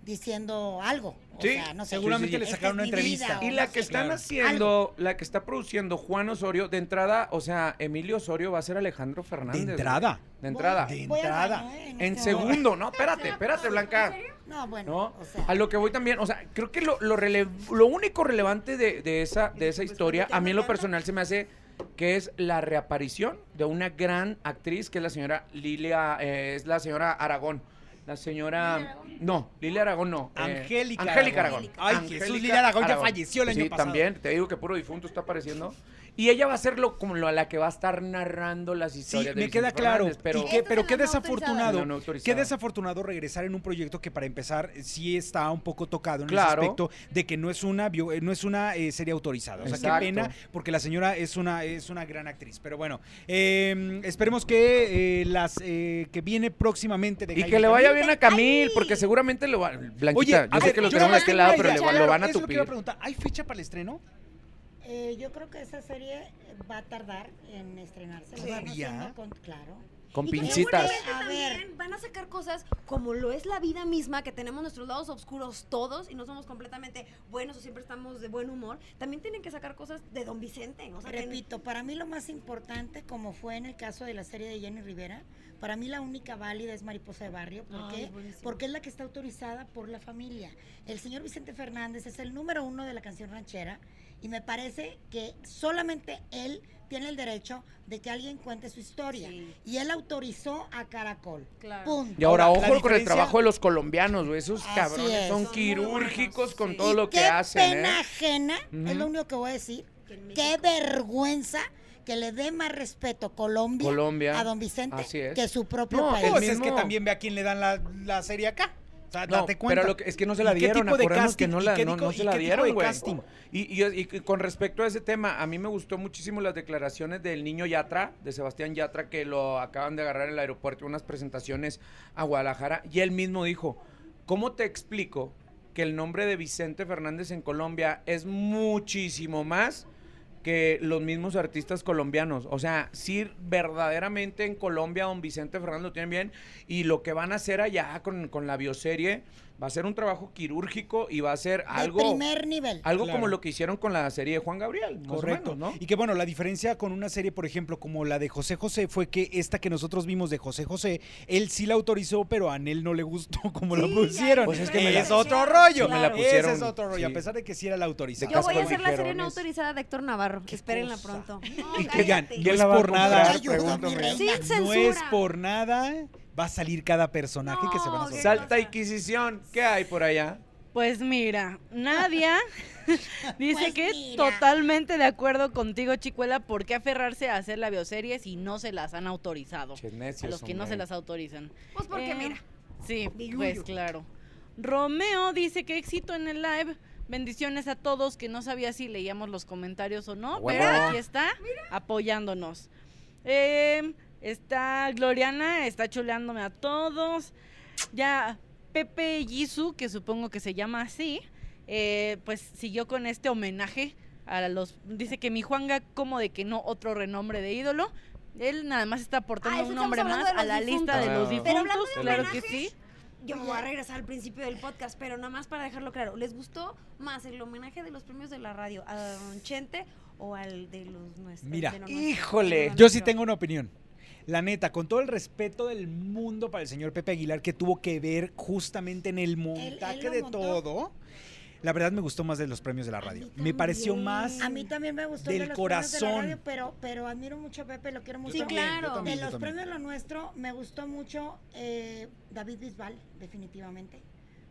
S1: diciendo algo. O
S2: Sí,
S1: sea, no sé.
S4: Seguramente
S2: sí,
S4: le
S1: Esta
S4: sacaron
S1: es
S4: una
S1: mi
S4: entrevista.
S1: vida,
S2: Y
S1: o
S2: la
S1: no
S2: que
S1: sé.
S2: están
S4: Claro.
S2: haciendo, la que está produciendo Juan Osorio, de entrada, o sea, Emilio Osorio va a ser Alejandro
S4: De
S2: Fernández.
S4: entrada.
S2: güey. De entrada.
S4: De
S1: Voy al
S4: entrada.
S1: baño, ¿eh?
S2: En
S1: este momento.
S2: segundo, no, espérate, espérate, Blanca.
S1: No, bueno.
S2: ¿No?
S1: O sea,
S2: A lo que voy también, o sea, creo que lo, lo, rele- lo único relevante de, de esa, de esa historia, a mí en lo personal se me hace que es la reaparición de una gran actriz que es la señora Lilia, eh, es la señora Aragón. La señora. No, Lilia Aragón no. eh,
S4: Angélica
S2: Angélica
S4: Aragón.
S2: Aragón.
S4: Ay,
S2: Angélica
S4: Jesús, Lilia Aragón ya falleció el año
S2: Sí,
S4: pasado.
S2: también. Te digo que puro difunto está apareciendo. Y ella va a ser lo, como lo- la que va a estar narrando las
S4: Sí,
S2: historias de
S4: me
S2: Vicente
S4: queda claro.
S2: Fernández, pero
S4: Y qué-
S3: Esta
S4: pero
S3: es
S4: qué
S3: la no autorizada.
S4: desafortunado.
S2: La no autorizada.
S4: Qué desafortunado regresar en un proyecto que para empezar sí está un poco tocado en
S2: Claro.
S4: el aspecto de que no es una bio- eh, no es una eh, serie autorizada. O sea,
S2: Exacto.
S4: qué pena porque la señora es una es una gran actriz. Pero bueno, eh, esperemos que eh, las eh, que viene próximamente de
S2: Y
S4: Jaime
S2: que le vaya
S4: Camil-
S2: bien a Camil, porque seguramente lo va. Blanquita,
S4: Oye,
S2: yo
S4: a
S2: sé
S4: ver,
S2: que lo
S4: yo
S2: tenemos
S4: nada
S2: de
S4: más
S2: aquel
S4: tengo
S2: lado,
S4: una
S2: pero
S4: idea.
S2: le,
S4: Claro,
S2: lo van a
S4: eso es lo que iba
S2: tupir.
S4: preguntar. ¿Hay fecha para el estreno?
S1: eh, yo creo que esa serie va a tardar en estrenarse. Lo van
S4: ¿Todavía?
S1: haciendo con- claro.
S2: Con
S3: Y que
S2: pincitas.
S3: seguramente
S1: A ver.
S3: también van a sacar cosas como lo es la vida misma, que tenemos nuestros lados oscuros todos y no somos completamente buenos o siempre estamos de buen humor. También tienen que sacar cosas de Don Vicente. O sea, que-
S1: Repito, para mí lo más importante, como fue en el caso de la serie de Jenny Rivera, para mí la única válida es Mariposa de Barrio. ¿Por
S3: Ay,
S1: qué?
S3: buenísimo.
S1: Porque es la que está autorizada por la familia. El señor Vicente Fernández es el número uno de la canción ranchera y me parece que solamente él tiene el derecho de que alguien cuente su historia.
S5: Sí.
S1: Y él autorizó a Caracol.
S5: Claro.
S1: Punto.
S2: Y ahora,
S4: Ahora, la
S2: ojo con el
S4: diferencia-
S2: trabajo de los colombianos, güey. Esos
S1: Así
S2: cabrones
S1: es.
S2: son
S5: Son muy
S2: quirúrgicos
S5: buenos,
S2: con
S5: sí.
S2: todo
S1: Y
S2: lo que
S1: qué
S2: hacen,
S1: pena
S2: ¿eh?
S1: ajena, es
S2: Ujú.
S1: lo único que voy a decir.
S3: Que en
S1: Qué
S3: México-
S1: vergüenza que le dé más respeto Colombia,
S2: Colombia.
S1: a don Vicente
S2: Así es.
S1: que su propio
S2: No,
S1: país.
S2: el
S4: Pues es
S2: mismo-
S4: que también ve a quién le dan la, la serie acá. O sea,
S2: No,
S4: date cuenta.
S2: pero lo que- es que no se la
S4: ¿Y qué
S2: dieron,
S4: tipo de
S2: acordémonos
S4: casting?
S2: que no,
S4: ¿Y
S2: la,
S4: qué
S2: no,
S4: dico-
S2: no
S4: y
S2: se la
S4: qué tipo
S2: dieron,
S4: de
S2: güey.
S4: casting?
S2: Y, y- y con respecto a ese tema, a mí me gustó muchísimo las declaraciones del niño Yatra, de Sebastián Yatra, que lo acaban de agarrar en el aeropuerto, unas presentaciones a Guadalajara, y él mismo dijo, ¿cómo te explico que el nombre de Vicente Fernández en Colombia es muchísimo más que los mismos artistas colombianos. O sea, sí, verdaderamente en Colombia, don Vicente Fernández lo tienen bien. Y lo que van a hacer allá con, con la bioserie va a ser un trabajo quirúrgico y va a ser
S1: de
S2: algo,
S1: primer nivel.
S2: algo
S4: Claro.
S2: como lo que hicieron con la serie de Juan Gabriel. más o
S4: Correcto.
S2: menos, ¿no?
S4: Y que bueno, la diferencia con una serie, por ejemplo, como la de José José, fue que esta que nosotros vimos de José José, él sí la autorizó, pero a él no le gustó como la
S3: Sí,
S4: pusieron.
S3: ya,
S2: Pues es que me la-
S4: es otro
S3: Sí,
S4: rollo.
S2: me la
S4: Ese
S2: pusieron,
S4: es otro rollo,
S2: sí.
S4: a pesar de que sí era la autorizada.
S2: De
S3: Yo voy a
S2: Casco
S3: hacer la serie
S2: Ligerones.
S3: no autorizada de Héctor Navarro. Espérenla
S4: cosa.
S3: pronto.
S4: Y
S3: No,
S4: que
S2: ya-
S3: cállate.
S4: No
S2: ¿Quién
S4: es
S2: la va a
S4: por nada.
S2: comprar?
S1: Ayuda, mi
S2: Pregúntame.
S1: rey.
S3: Sin
S4: No
S3: censura.
S4: es por nada, va a salir cada personaje que se van a
S3: No,
S4: sortear.
S2: Salta Inquisición, ¿qué hay por allá?
S5: Pues mira, Nadia dice
S1: Pues
S5: que
S1: mira.
S5: totalmente de acuerdo contigo, Chicuela, ¿por qué aferrarse a hacer la bioserie si no se las han autorizado?
S2: Che,
S5: a
S2: necios,
S5: los que no se
S2: hombre.
S5: las autorizan.
S3: Pues porque
S5: Eh,
S3: mira.
S5: Sí,
S3: Diluvio.
S5: pues claro. Romeo dice que éxito en el live. Bendiciones a todos, que no sabía si leíamos los comentarios o no,
S2: Huevo.
S5: pero aquí está apoyándonos. Eh, está Gloriana, está chuleándome a todos. Ya Pepe Jisoo, que supongo que se llama así, eh, pues siguió con este homenaje a los... Dice que mi Juanga como de que no otro renombre de ídolo. Él nada más está
S3: Ah,
S5: aportando
S3: eso
S5: un
S3: estamos
S5: nombre
S3: hablando
S5: más
S3: de
S5: a
S3: los Ah,
S5: la lista de los
S2: difuntos.
S5: difuntos.
S2: Pero
S3: hablando de
S5: claro que
S3: homenajes,
S5: sí.
S3: Yo me voy a regresar al principio del podcast, pero nada más para dejarlo claro. ¿Les gustó más el homenaje de los premios de la radio a Don Chente o al de los nuestros?
S4: Mira,
S3: de lo
S2: híjole.
S3: de lo
S4: Yo sí
S3: nuestro?
S4: tengo una opinión. La neta, con todo el respeto del mundo para el señor Pepe Aguilar, que tuvo que ver justamente en el montaje
S1: lo
S4: de
S1: montó.
S4: todo, la verdad me gustó más de los premios de la
S3: A
S4: radio.
S3: mí
S4: Me pareció
S3: también.
S4: más...
S1: A mí también me gustó el de
S4: Del
S1: los premios de la
S4: corazón.
S1: radio, pero, pero admiro mucho a Pepe, lo quiero mucho.
S3: Sí, claro.
S1: De
S4: también, yo
S1: los
S4: también.
S1: premios lo nuestro, me gustó mucho eh, David Bisbal, definitivamente,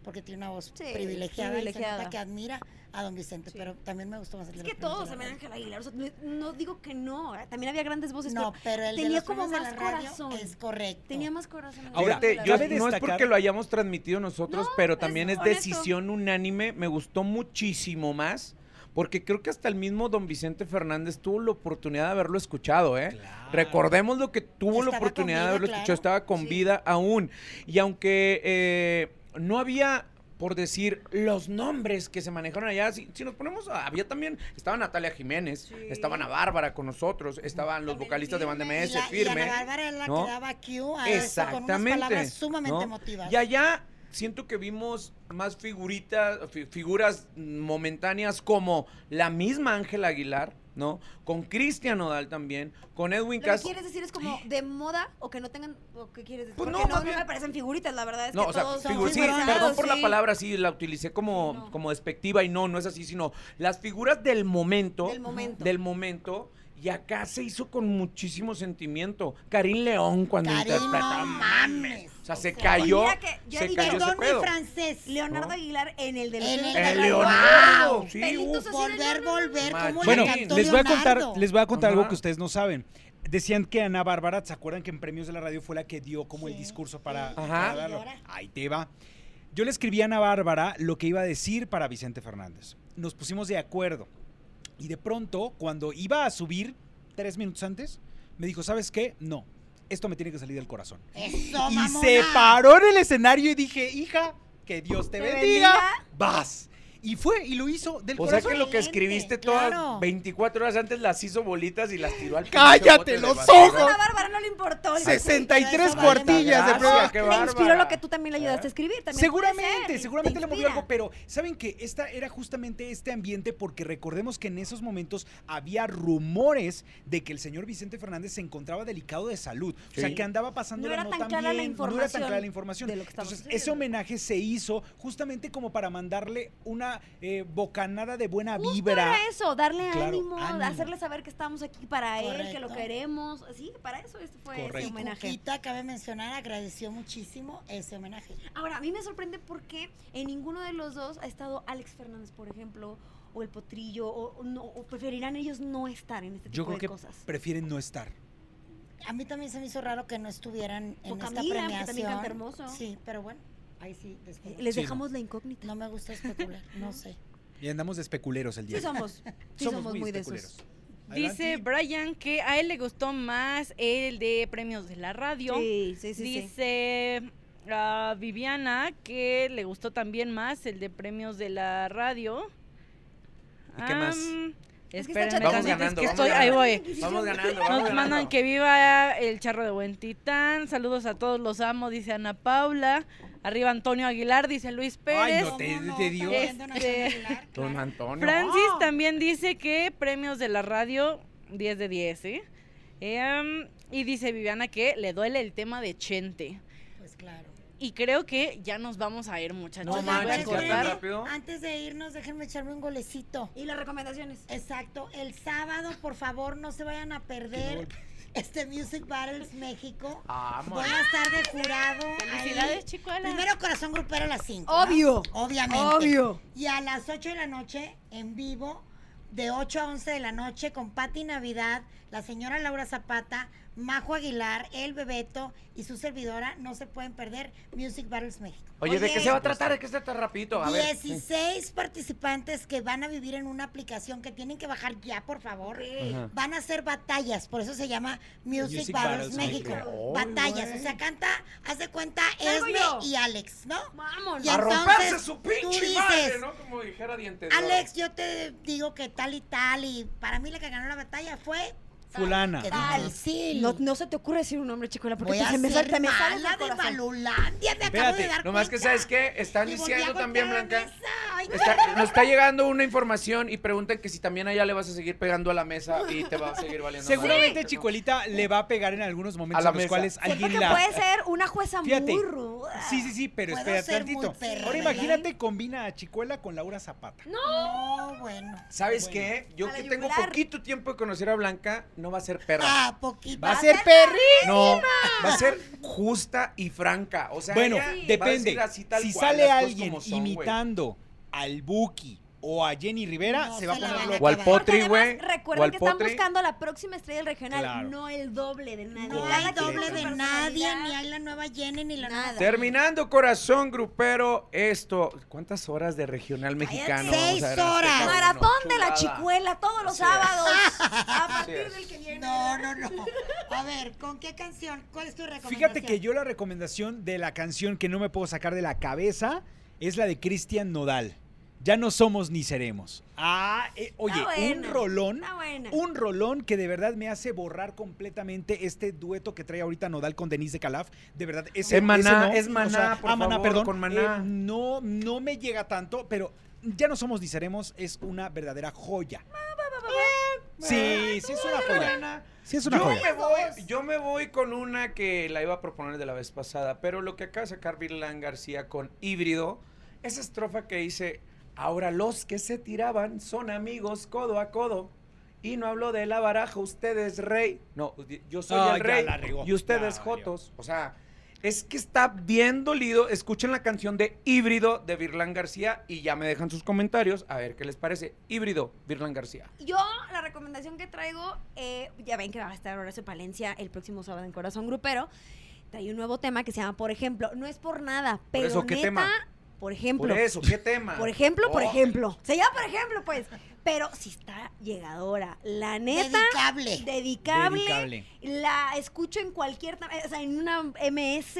S1: porque tiene una voz
S3: Sí,
S1: privilegiada, y se
S3: privilegiada.
S1: nota que admira a don Vicente,
S3: Sí.
S1: pero también me gustó más el
S3: Es
S1: de
S3: que
S1: los premios
S3: todos
S1: de
S3: se
S1: la
S3: me
S1: radio.
S3: Ángel Aguilar. o sea, no, no digo que no. ¿eh? También había grandes voces.
S1: No,
S3: pero
S1: pero el de
S3: tenía
S1: los
S3: como
S1: premios de
S3: más
S1: la radio
S3: corazón.
S1: es correcto.
S3: tenía más corazón.
S4: Ahora,
S2: Fíjate,
S4: la
S2: yo-
S4: cabe
S2: no es
S4: destacar-
S2: porque lo hayamos transmitido nosotros,
S3: No,
S2: pero
S3: es
S2: también es
S3: honesto.
S2: decisión unánime. Me gustó muchísimo más, porque creo que hasta el mismo don Vicente Fernández tuvo la oportunidad de haberlo escuchado, ¿eh?
S4: Claro.
S2: Recordemos lo que tuvo la
S1: Estaba
S2: oportunidad
S1: con
S2: de haberlo
S1: vida,
S2: escuchado,
S1: claro.
S2: estaba con
S3: Sí.
S2: vida aún. Y aunque eh, no había por decir los nombres que se manejaron allá, si, si nos ponemos, a- había también, estaba Natalia Jiménez,
S3: Sí.
S2: estaba Ana Bárbara con nosotros, estaban los
S3: También
S2: vocalistas de Banda
S3: Firme.
S1: Y
S2: MS,
S1: la, y
S2: firme.
S1: Ana Bárbara es la
S2: ¿no?
S1: que daba cue a
S3: Ah,
S1: esto con unas
S2: Exactamente.
S1: palabras sumamente
S2: ¿no?
S1: emotivas.
S2: Y allá siento que vimos más figuritas, fi- figuras momentáneas como la misma Ángela Aguilar, ¿no? Con Cristian Odal también, con Edwin
S3: Lo que
S2: Castro.
S3: quieres decir es como de moda o que no tengan. ¿O qué quieres decir?
S2: Pues
S3: Porque
S2: no,
S3: no,
S2: más
S3: no
S2: bien-
S3: me parecen figuritas, la verdad. Es
S2: No,
S3: que
S2: o sea,
S3: todos
S1: son
S2: figu- sí,
S1: figurados,
S2: perdón por la
S3: sí.
S2: palabra, sí, la utilicé como,
S3: Sí, no.
S2: como despectiva y no, no es así, sino las figuras del momento,
S3: Del momento.
S2: del momento, y acá se hizo con muchísimo sentimiento. Karim León cuando
S1: Karim,
S2: interpretaba,
S1: no mames.
S2: o sea, se cayó,
S3: mira que yo
S2: se
S3: dije,
S2: cayó ese
S1: Perdón, mi
S2: pedo.
S1: francés.
S3: Leonardo
S2: ¿No?
S3: Aguilar en el de los
S1: En
S3: premios
S1: el
S3: de
S1: de
S2: El
S3: la radio.
S2: Leonardo,
S3: ¡Wow!
S2: sí,
S3: Pelitos
S2: uf.
S3: así de
S1: Volver,
S3: Leonardo.
S1: volver, como
S4: Bueno,
S1: le
S2: Machín.
S1: Pues cantó
S4: les voy a contar,
S1: Leonardo.
S4: les voy a contar algo
S2: Ajá.
S4: que ustedes no saben. Decían que Ana Bárbara, ¿se acuerdan que en Premios de la Radio fue la que dio como el
S1: Sí,
S4: discurso para,
S1: sí,
S2: Ajá.
S4: para darlo?
S1: llora.
S4: Ahí te va. Yo le escribí a Ana Bárbara lo que iba a decir para Vicente Fernández. Nos pusimos de acuerdo. Y de pronto, cuando iba a subir tres minutos antes, me dijo, ¿sabes qué? No, esto me tiene que salir del corazón.
S1: Eso,
S4: y
S1: Oh, mamona.
S4: se paró en el escenario y dije, hija, que Dios te,
S3: Te
S4: bendiga.
S3: bendiga.
S4: Vas. Y fue y lo hizo del
S2: O sea
S4: corazón.
S2: que lo que escribiste todas
S1: claro.
S2: 24 horas antes las hizo bolitas y las tiró al pinche bote
S4: ¡Cállate
S2: de
S4: los
S2: basura.
S4: ojos!
S3: A Bárbara no le importó. el-
S4: 63
S1: Eso vale
S4: cuartillas de
S2: madre.
S4: prueba.
S2: Qué
S3: Le inspiró
S2: bárbara.
S3: lo que tú también le ayudaste a escribir. También puede
S4: Seguramente,
S3: ser,
S4: seguramente
S3: te
S4: le movió algo,
S3: inspira.
S4: pero ¿saben que Esta era justamente este ambiente porque recordemos que en esos momentos había rumores de que el señor Vicente Fernández se encontraba delicado de salud, o sea,
S2: Sí.
S4: que andaba pasando
S3: No era tan clara la
S4: no era tan
S3: información
S4: clara la información.
S3: de lo que estaba
S4: Entonces, ese
S3: sucediendo.
S4: homenaje se hizo justamente como para mandarle una una eh, bocanada de buena
S3: Justo
S4: vibra.
S3: era eso, darle
S4: Claro,
S3: ánimo,
S4: ánimo.
S3: hacerle saber que estamos aquí para él, que lo
S1: Correcto.
S3: queremos. Sí, para eso este fue ese
S4: Correcto.
S3: homenaje.
S1: Cuquita, cabe mencionar, agradeció muchísimo ese homenaje.
S3: Ahora, a mí me sorprende porque en ninguno de los dos ha estado Alex Fernández, por ejemplo, o el Potrillo, o, o no, o preferirán ellos no estar en este tipo
S4: Yo creo
S3: de
S4: que
S3: cosas.
S4: prefieren no estar.
S1: A mí también se me hizo raro que no estuvieran en
S3: O
S1: esta
S3: Camila, que también
S1: premiación.
S3: canta hermoso.
S1: Sí, pero bueno, ahí sí. después.
S3: Eh, Les
S4: Sí,
S3: dejamos la incógnita.
S1: No me gusta especular, no sé.
S4: Y andamos de especuleros el día.
S3: Sí
S4: de hoy.
S3: somos, sí somos, muy, de esos.
S5: Dice
S4: Adelante.
S5: Brian que a él le gustó más el de premios de la radio.
S3: Sí, sí, sí. sí.
S5: Dice a Viviana que le gustó también más el de premios de la radio.
S2: ¿Y qué más?
S5: Am,
S3: Es que
S5: espérenme
S3: está chateando.
S5: tantito,
S2: Vamos ganando,
S5: es que
S2: vamos
S5: estoy, ahí
S3: ganando.
S5: voy.
S2: Vamos ganando, vamos
S5: Nos
S2: ganando.
S5: mandan que viva el charro de buen titán. Saludos a todos, los amo, dice Ana Paula. Arriba Antonio Aguilar, dice Luis Pérez.
S4: no te- te dio.
S1: Este,
S2: Don Antonio. Ah,
S5: Francis
S3: Ah.
S5: también dice que premios de la radio 10 de 10, ¿eh? Em, y dice Viviana que le duele el tema de Chente.
S1: Pues claro.
S5: Y creo que ya nos vamos a ir, muchachos.
S2: No
S5: Les voy a
S2: manches, ya tan
S5: cortar.
S2: rápido.
S1: antes de irnos, déjenme echarme un golecito.
S3: Y las recomendaciones.
S1: Exacto, el sábado, por favor, no se vayan a perder este Music Battles México.
S2: Ah, Vamos.
S1: Buenas tardes, jurado.
S5: Felicidades,
S1: Ahí.
S5: chicuela.
S1: Primero Corazón Grupero a las 5.
S3: Obvio.
S1: Obviamente.
S3: Obvio.
S1: Y a las 8 de la noche, en vivo, de 8 a 11 de la noche, con Patti Navidad, la señora Laura Zapata, Majo Aguilar, El Bebeto y su servidora, no se pueden perder Music Battles México.
S2: Oye, ¿de qué se va a
S1: pues,
S2: tratar? ¿De qué se trata rapidito? A ver.
S1: 16 participantes que van a vivir en una aplicación que tienen que bajar ya, por favor.
S2: Ajá.
S1: Van a hacer batallas, por eso se llama Music,
S4: Music
S1: Battles,
S4: Battles
S1: México.
S2: México. Oh,
S1: batallas,
S2: güey.
S1: o sea, canta, haz de cuenta
S3: Salgo
S1: Esme
S3: yo.
S1: y Alex, ¿no?
S3: Vámonos.
S1: Y
S2: A
S1: entonces,
S2: romperse su
S1: tú
S2: pinche
S1: dices,
S2: madre, ¿no? Como dijera diente. de oro.
S1: Alex, yo te digo que tal y tal, y para mí la que ganó la batalla fue...
S4: Fulana.
S1: Que
S4: Ajá.
S1: difícil.
S3: No, no se te ocurre decir un nombre, chicuela, porque
S1: Voy
S3: te
S1: a
S3: se me
S1: ser
S3: salta, me sale
S1: mala
S3: del
S1: de
S3: corazón.
S1: Balulandia, me acabo de
S4: Espérate,
S1: dar
S2: Nomás que,
S1: cuenta.
S2: ¿sabes qué? Están
S1: Y volví a
S2: diciendo también,
S1: golpear a
S2: Blanca.
S1: mesa. Ay,
S2: Está- nos está llegando una información y preguntan que si también allá le vas a seguir pegando a la mesa y te va a seguir valiendo.
S4: Seguramente
S2: madre.
S4: Chicuelita le va a pegar en algunos momentos
S2: la
S4: a, los
S2: mesa.
S4: cuales
S3: Siento
S4: alguien
S3: que
S4: la...
S3: puede ser una jueza
S4: Fíjate.
S3: muy ruda.
S4: Sí, sí, sí, pero
S1: Puedo
S4: espérate
S1: ser muy
S4: tantito.
S1: perra,
S4: Ahora
S1: ¿verdad?
S4: imagínate, combina a Chicuela con Laura Zapata.
S1: No, bueno.
S2: ¿Sabes
S4: Bueno.
S2: qué?
S3: A
S2: Yo
S3: la
S2: que tengo
S3: yugular.
S2: poquito tiempo de conocer a Blanca, no va a ser perra.
S1: Ah, poquito.
S4: Va a ser perri.
S2: No, va a ser justa y franca. O sea,
S4: Bueno,
S2: ella va a
S4: depende.
S2: decir así tal
S4: Si
S2: cual,
S4: sale
S2: las cosas
S4: alguien
S2: como son, güey.
S4: imitando al Buki o a Jenny Rivera,
S1: No,
S4: se va a
S1: se la
S4: poner
S1: van a
S4: loco.
S2: O al
S1: acabar.
S2: potri,
S3: Además,
S2: güey. O
S3: Recuerden
S2: al
S3: que están
S2: potri.
S3: buscando a la próxima estrella del regional,
S4: Claro.
S3: no el doble de nadie.
S1: No
S3: Cada
S1: hay
S4: Correcto.
S3: quien
S1: doble
S3: con
S1: de
S3: su
S1: nadie,
S3: personalidad.
S1: ni hay la nueva Jenny, ni la
S3: Nada.
S1: nueva.
S2: Terminando corazón grupero, esto, ¿cuántas horas de regional mexicano?
S1: Seis
S2: vamos a ver en este
S1: horas.
S2: cabrón?
S3: Maratón de
S2: Chulada.
S3: la chicuela todos los
S2: Así es.
S3: sábados. A partir
S2: es.
S3: del que viene.
S1: No, no, no. A ver, ¿con qué canción? ¿Cuál es tu recomendación?
S4: Fíjate que yo la recomendación de la canción que no me puedo sacar de la cabeza es la de Cristian Nodal. Ya no somos ni seremos. Ah, eh, oye,
S3: Está buena,
S4: un rolón.
S3: está buena.
S4: Un rolón que de verdad me hace borrar completamente este dueto que trae ahorita Nodal con Denise de Calaf. De verdad, ese,
S2: Es Maná,
S4: ese
S2: es Maná, por
S4: ah, Maná,
S2: favor,
S4: perdón.
S2: con Maná.
S4: Eh, no, no me llega tanto, pero ya no somos ni seremos. Es una verdadera joya. Eh, Sí,
S2: Eh,
S4: sí es una joya. Sí es una
S2: Yo
S4: joya.
S2: me, voy, yo me voy con una que la iba a proponer de la vez pasada, pero lo que acaba de sacar Virlan García con híbrido, esa estrofa que dice, ahora los que se tiraban son amigos codo a codo. Y no hablo de la baraja, usted es rey. No, yo soy
S4: Ah,
S2: el
S4: ya
S2: rey
S4: la regó.
S2: y
S4: Ya
S2: ustedes
S4: valió.
S2: jotos. O sea, es que está bien dolido. Escuchen la canción de Híbrido de Virlan García y ya me dejan sus comentarios a ver qué les parece. Híbrido, Virlan García.
S3: Yo, la recomendación que traigo, eh, ya ven que va a estar Horacio Palencia el próximo sábado en Corazón Grupero. Trae un nuevo tema que se llama Por ejemplo. No es por nada, pero
S2: eso, ¿qué
S3: neta,
S2: tema?
S3: por ejemplo.
S2: Por eso, ¿qué tema?
S3: Por ejemplo, por
S2: Oh.
S3: ejemplo. Se llama por ejemplo, pues. Pero si está llegadora, la neta,
S1: Dedicable.
S3: dedicable,
S4: Dedicable.
S3: la escucho en cualquier, tam- eh, o sea, en una MS,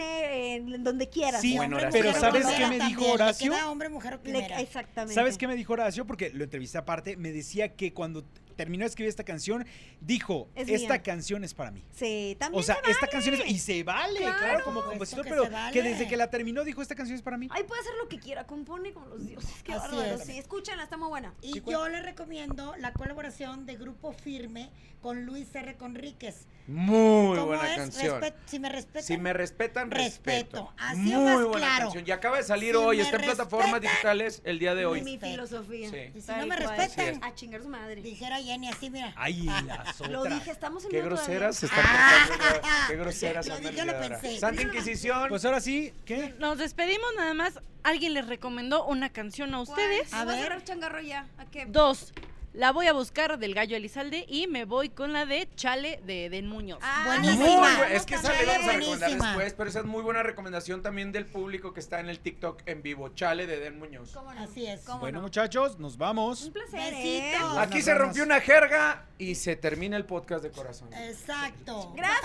S3: en donde quieras.
S4: Sí,
S3: hombre,
S2: Bueno,
S3: mujer,
S4: pero ¿sabes
S3: hombre,
S4: qué me
S1: También,
S4: dijo
S1: ¿le
S4: Horacio?
S1: queda hombre, mujer o
S3: le-
S1: quimera?
S3: exactamente.
S4: ¿Sabes qué me dijo Horacio? Porque lo entrevisté aparte, me decía que cuando terminó de escribir esta canción, dijo,
S3: Es
S4: esta
S3: mía.
S4: canción es para mí.
S3: Sí, también.
S4: O sea,
S3: se vale.
S4: esta canción es... Y se vale, claro,
S3: Claro.
S4: como
S1: Por supuesto
S4: compositor,
S1: que
S4: pero
S1: se vale.
S4: que desde que la terminó dijo, esta canción es para mí.
S3: Ay, puede hacer lo que quiera, compone como los dioses. Qué
S1: Así
S3: bárbaro.
S1: es.
S3: Sí, escúchenla, está muy buena.
S1: Y yo le recomiendo la colaboración de Grupo Firme con Luis R. Conríquez.
S2: Muy
S1: ¿Cómo
S2: buena
S1: es?
S2: canción.
S1: Respe- si me respetan.
S2: Si me respetan, respeto.
S1: Respeto. Así o
S2: Muy
S1: más
S2: buena
S1: claro.
S2: canción. Y acaba de salir
S1: Si
S2: hoy.
S1: me
S2: Está en plataformas
S1: respetan,
S2: digitales el día de hoy.
S3: Mi
S1: Respeto.
S3: filosofía.
S2: Sí. Y
S1: si
S3: Tal
S1: no me
S3: cual.
S1: respetan.
S3: A chingar su madre.
S1: Dijera Jenny así, mira.
S2: Ah.
S4: Ay, las otras.
S3: Lo dije, estamos en
S2: Qué
S3: vivo todavía.
S2: groseras se están
S1: Ah.
S2: portando. Qué groseras.
S1: Lo
S2: Ana
S1: dije, lo
S2: Lidiadora.
S1: pensé.
S2: Santa
S1: Yo no-
S2: Inquisición.
S4: Pues ahora sí, ¿qué?
S5: Nos despedimos nada más. Alguien les recomendó una canción a
S3: ¿Cuál?
S5: ustedes.
S3: A
S1: A
S3: ver.
S1: ver.
S3: cerrar changarro ya. ¿A qué?
S5: Dos. La voy a buscar del gallo Elizalde y me voy con la de Chale de Den Muñoz.
S3: Ah,
S2: Muy
S1: Buenísima.
S2: buena. Es que esa le vamos a
S1: Chale,
S2: recomendar
S1: buenísima.
S2: después, pero esa es muy buena recomendación también del público que está en el TikTok en vivo. Chale de Den Muñoz.
S3: ¿Cómo no?
S1: Así es.
S3: ¿Cómo
S4: Bueno,
S3: no?
S4: muchachos, nos vamos.
S3: Un placer. ¿eh?
S1: Besitos.
S2: Aquí se rompió una jerga y se termina el podcast de corazón. Mira,
S1: Exacto.
S3: Gracias.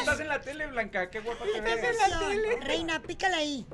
S2: estás en la tele, Blanca. Qué guapa te ves.
S1: Reina, pícala ahí.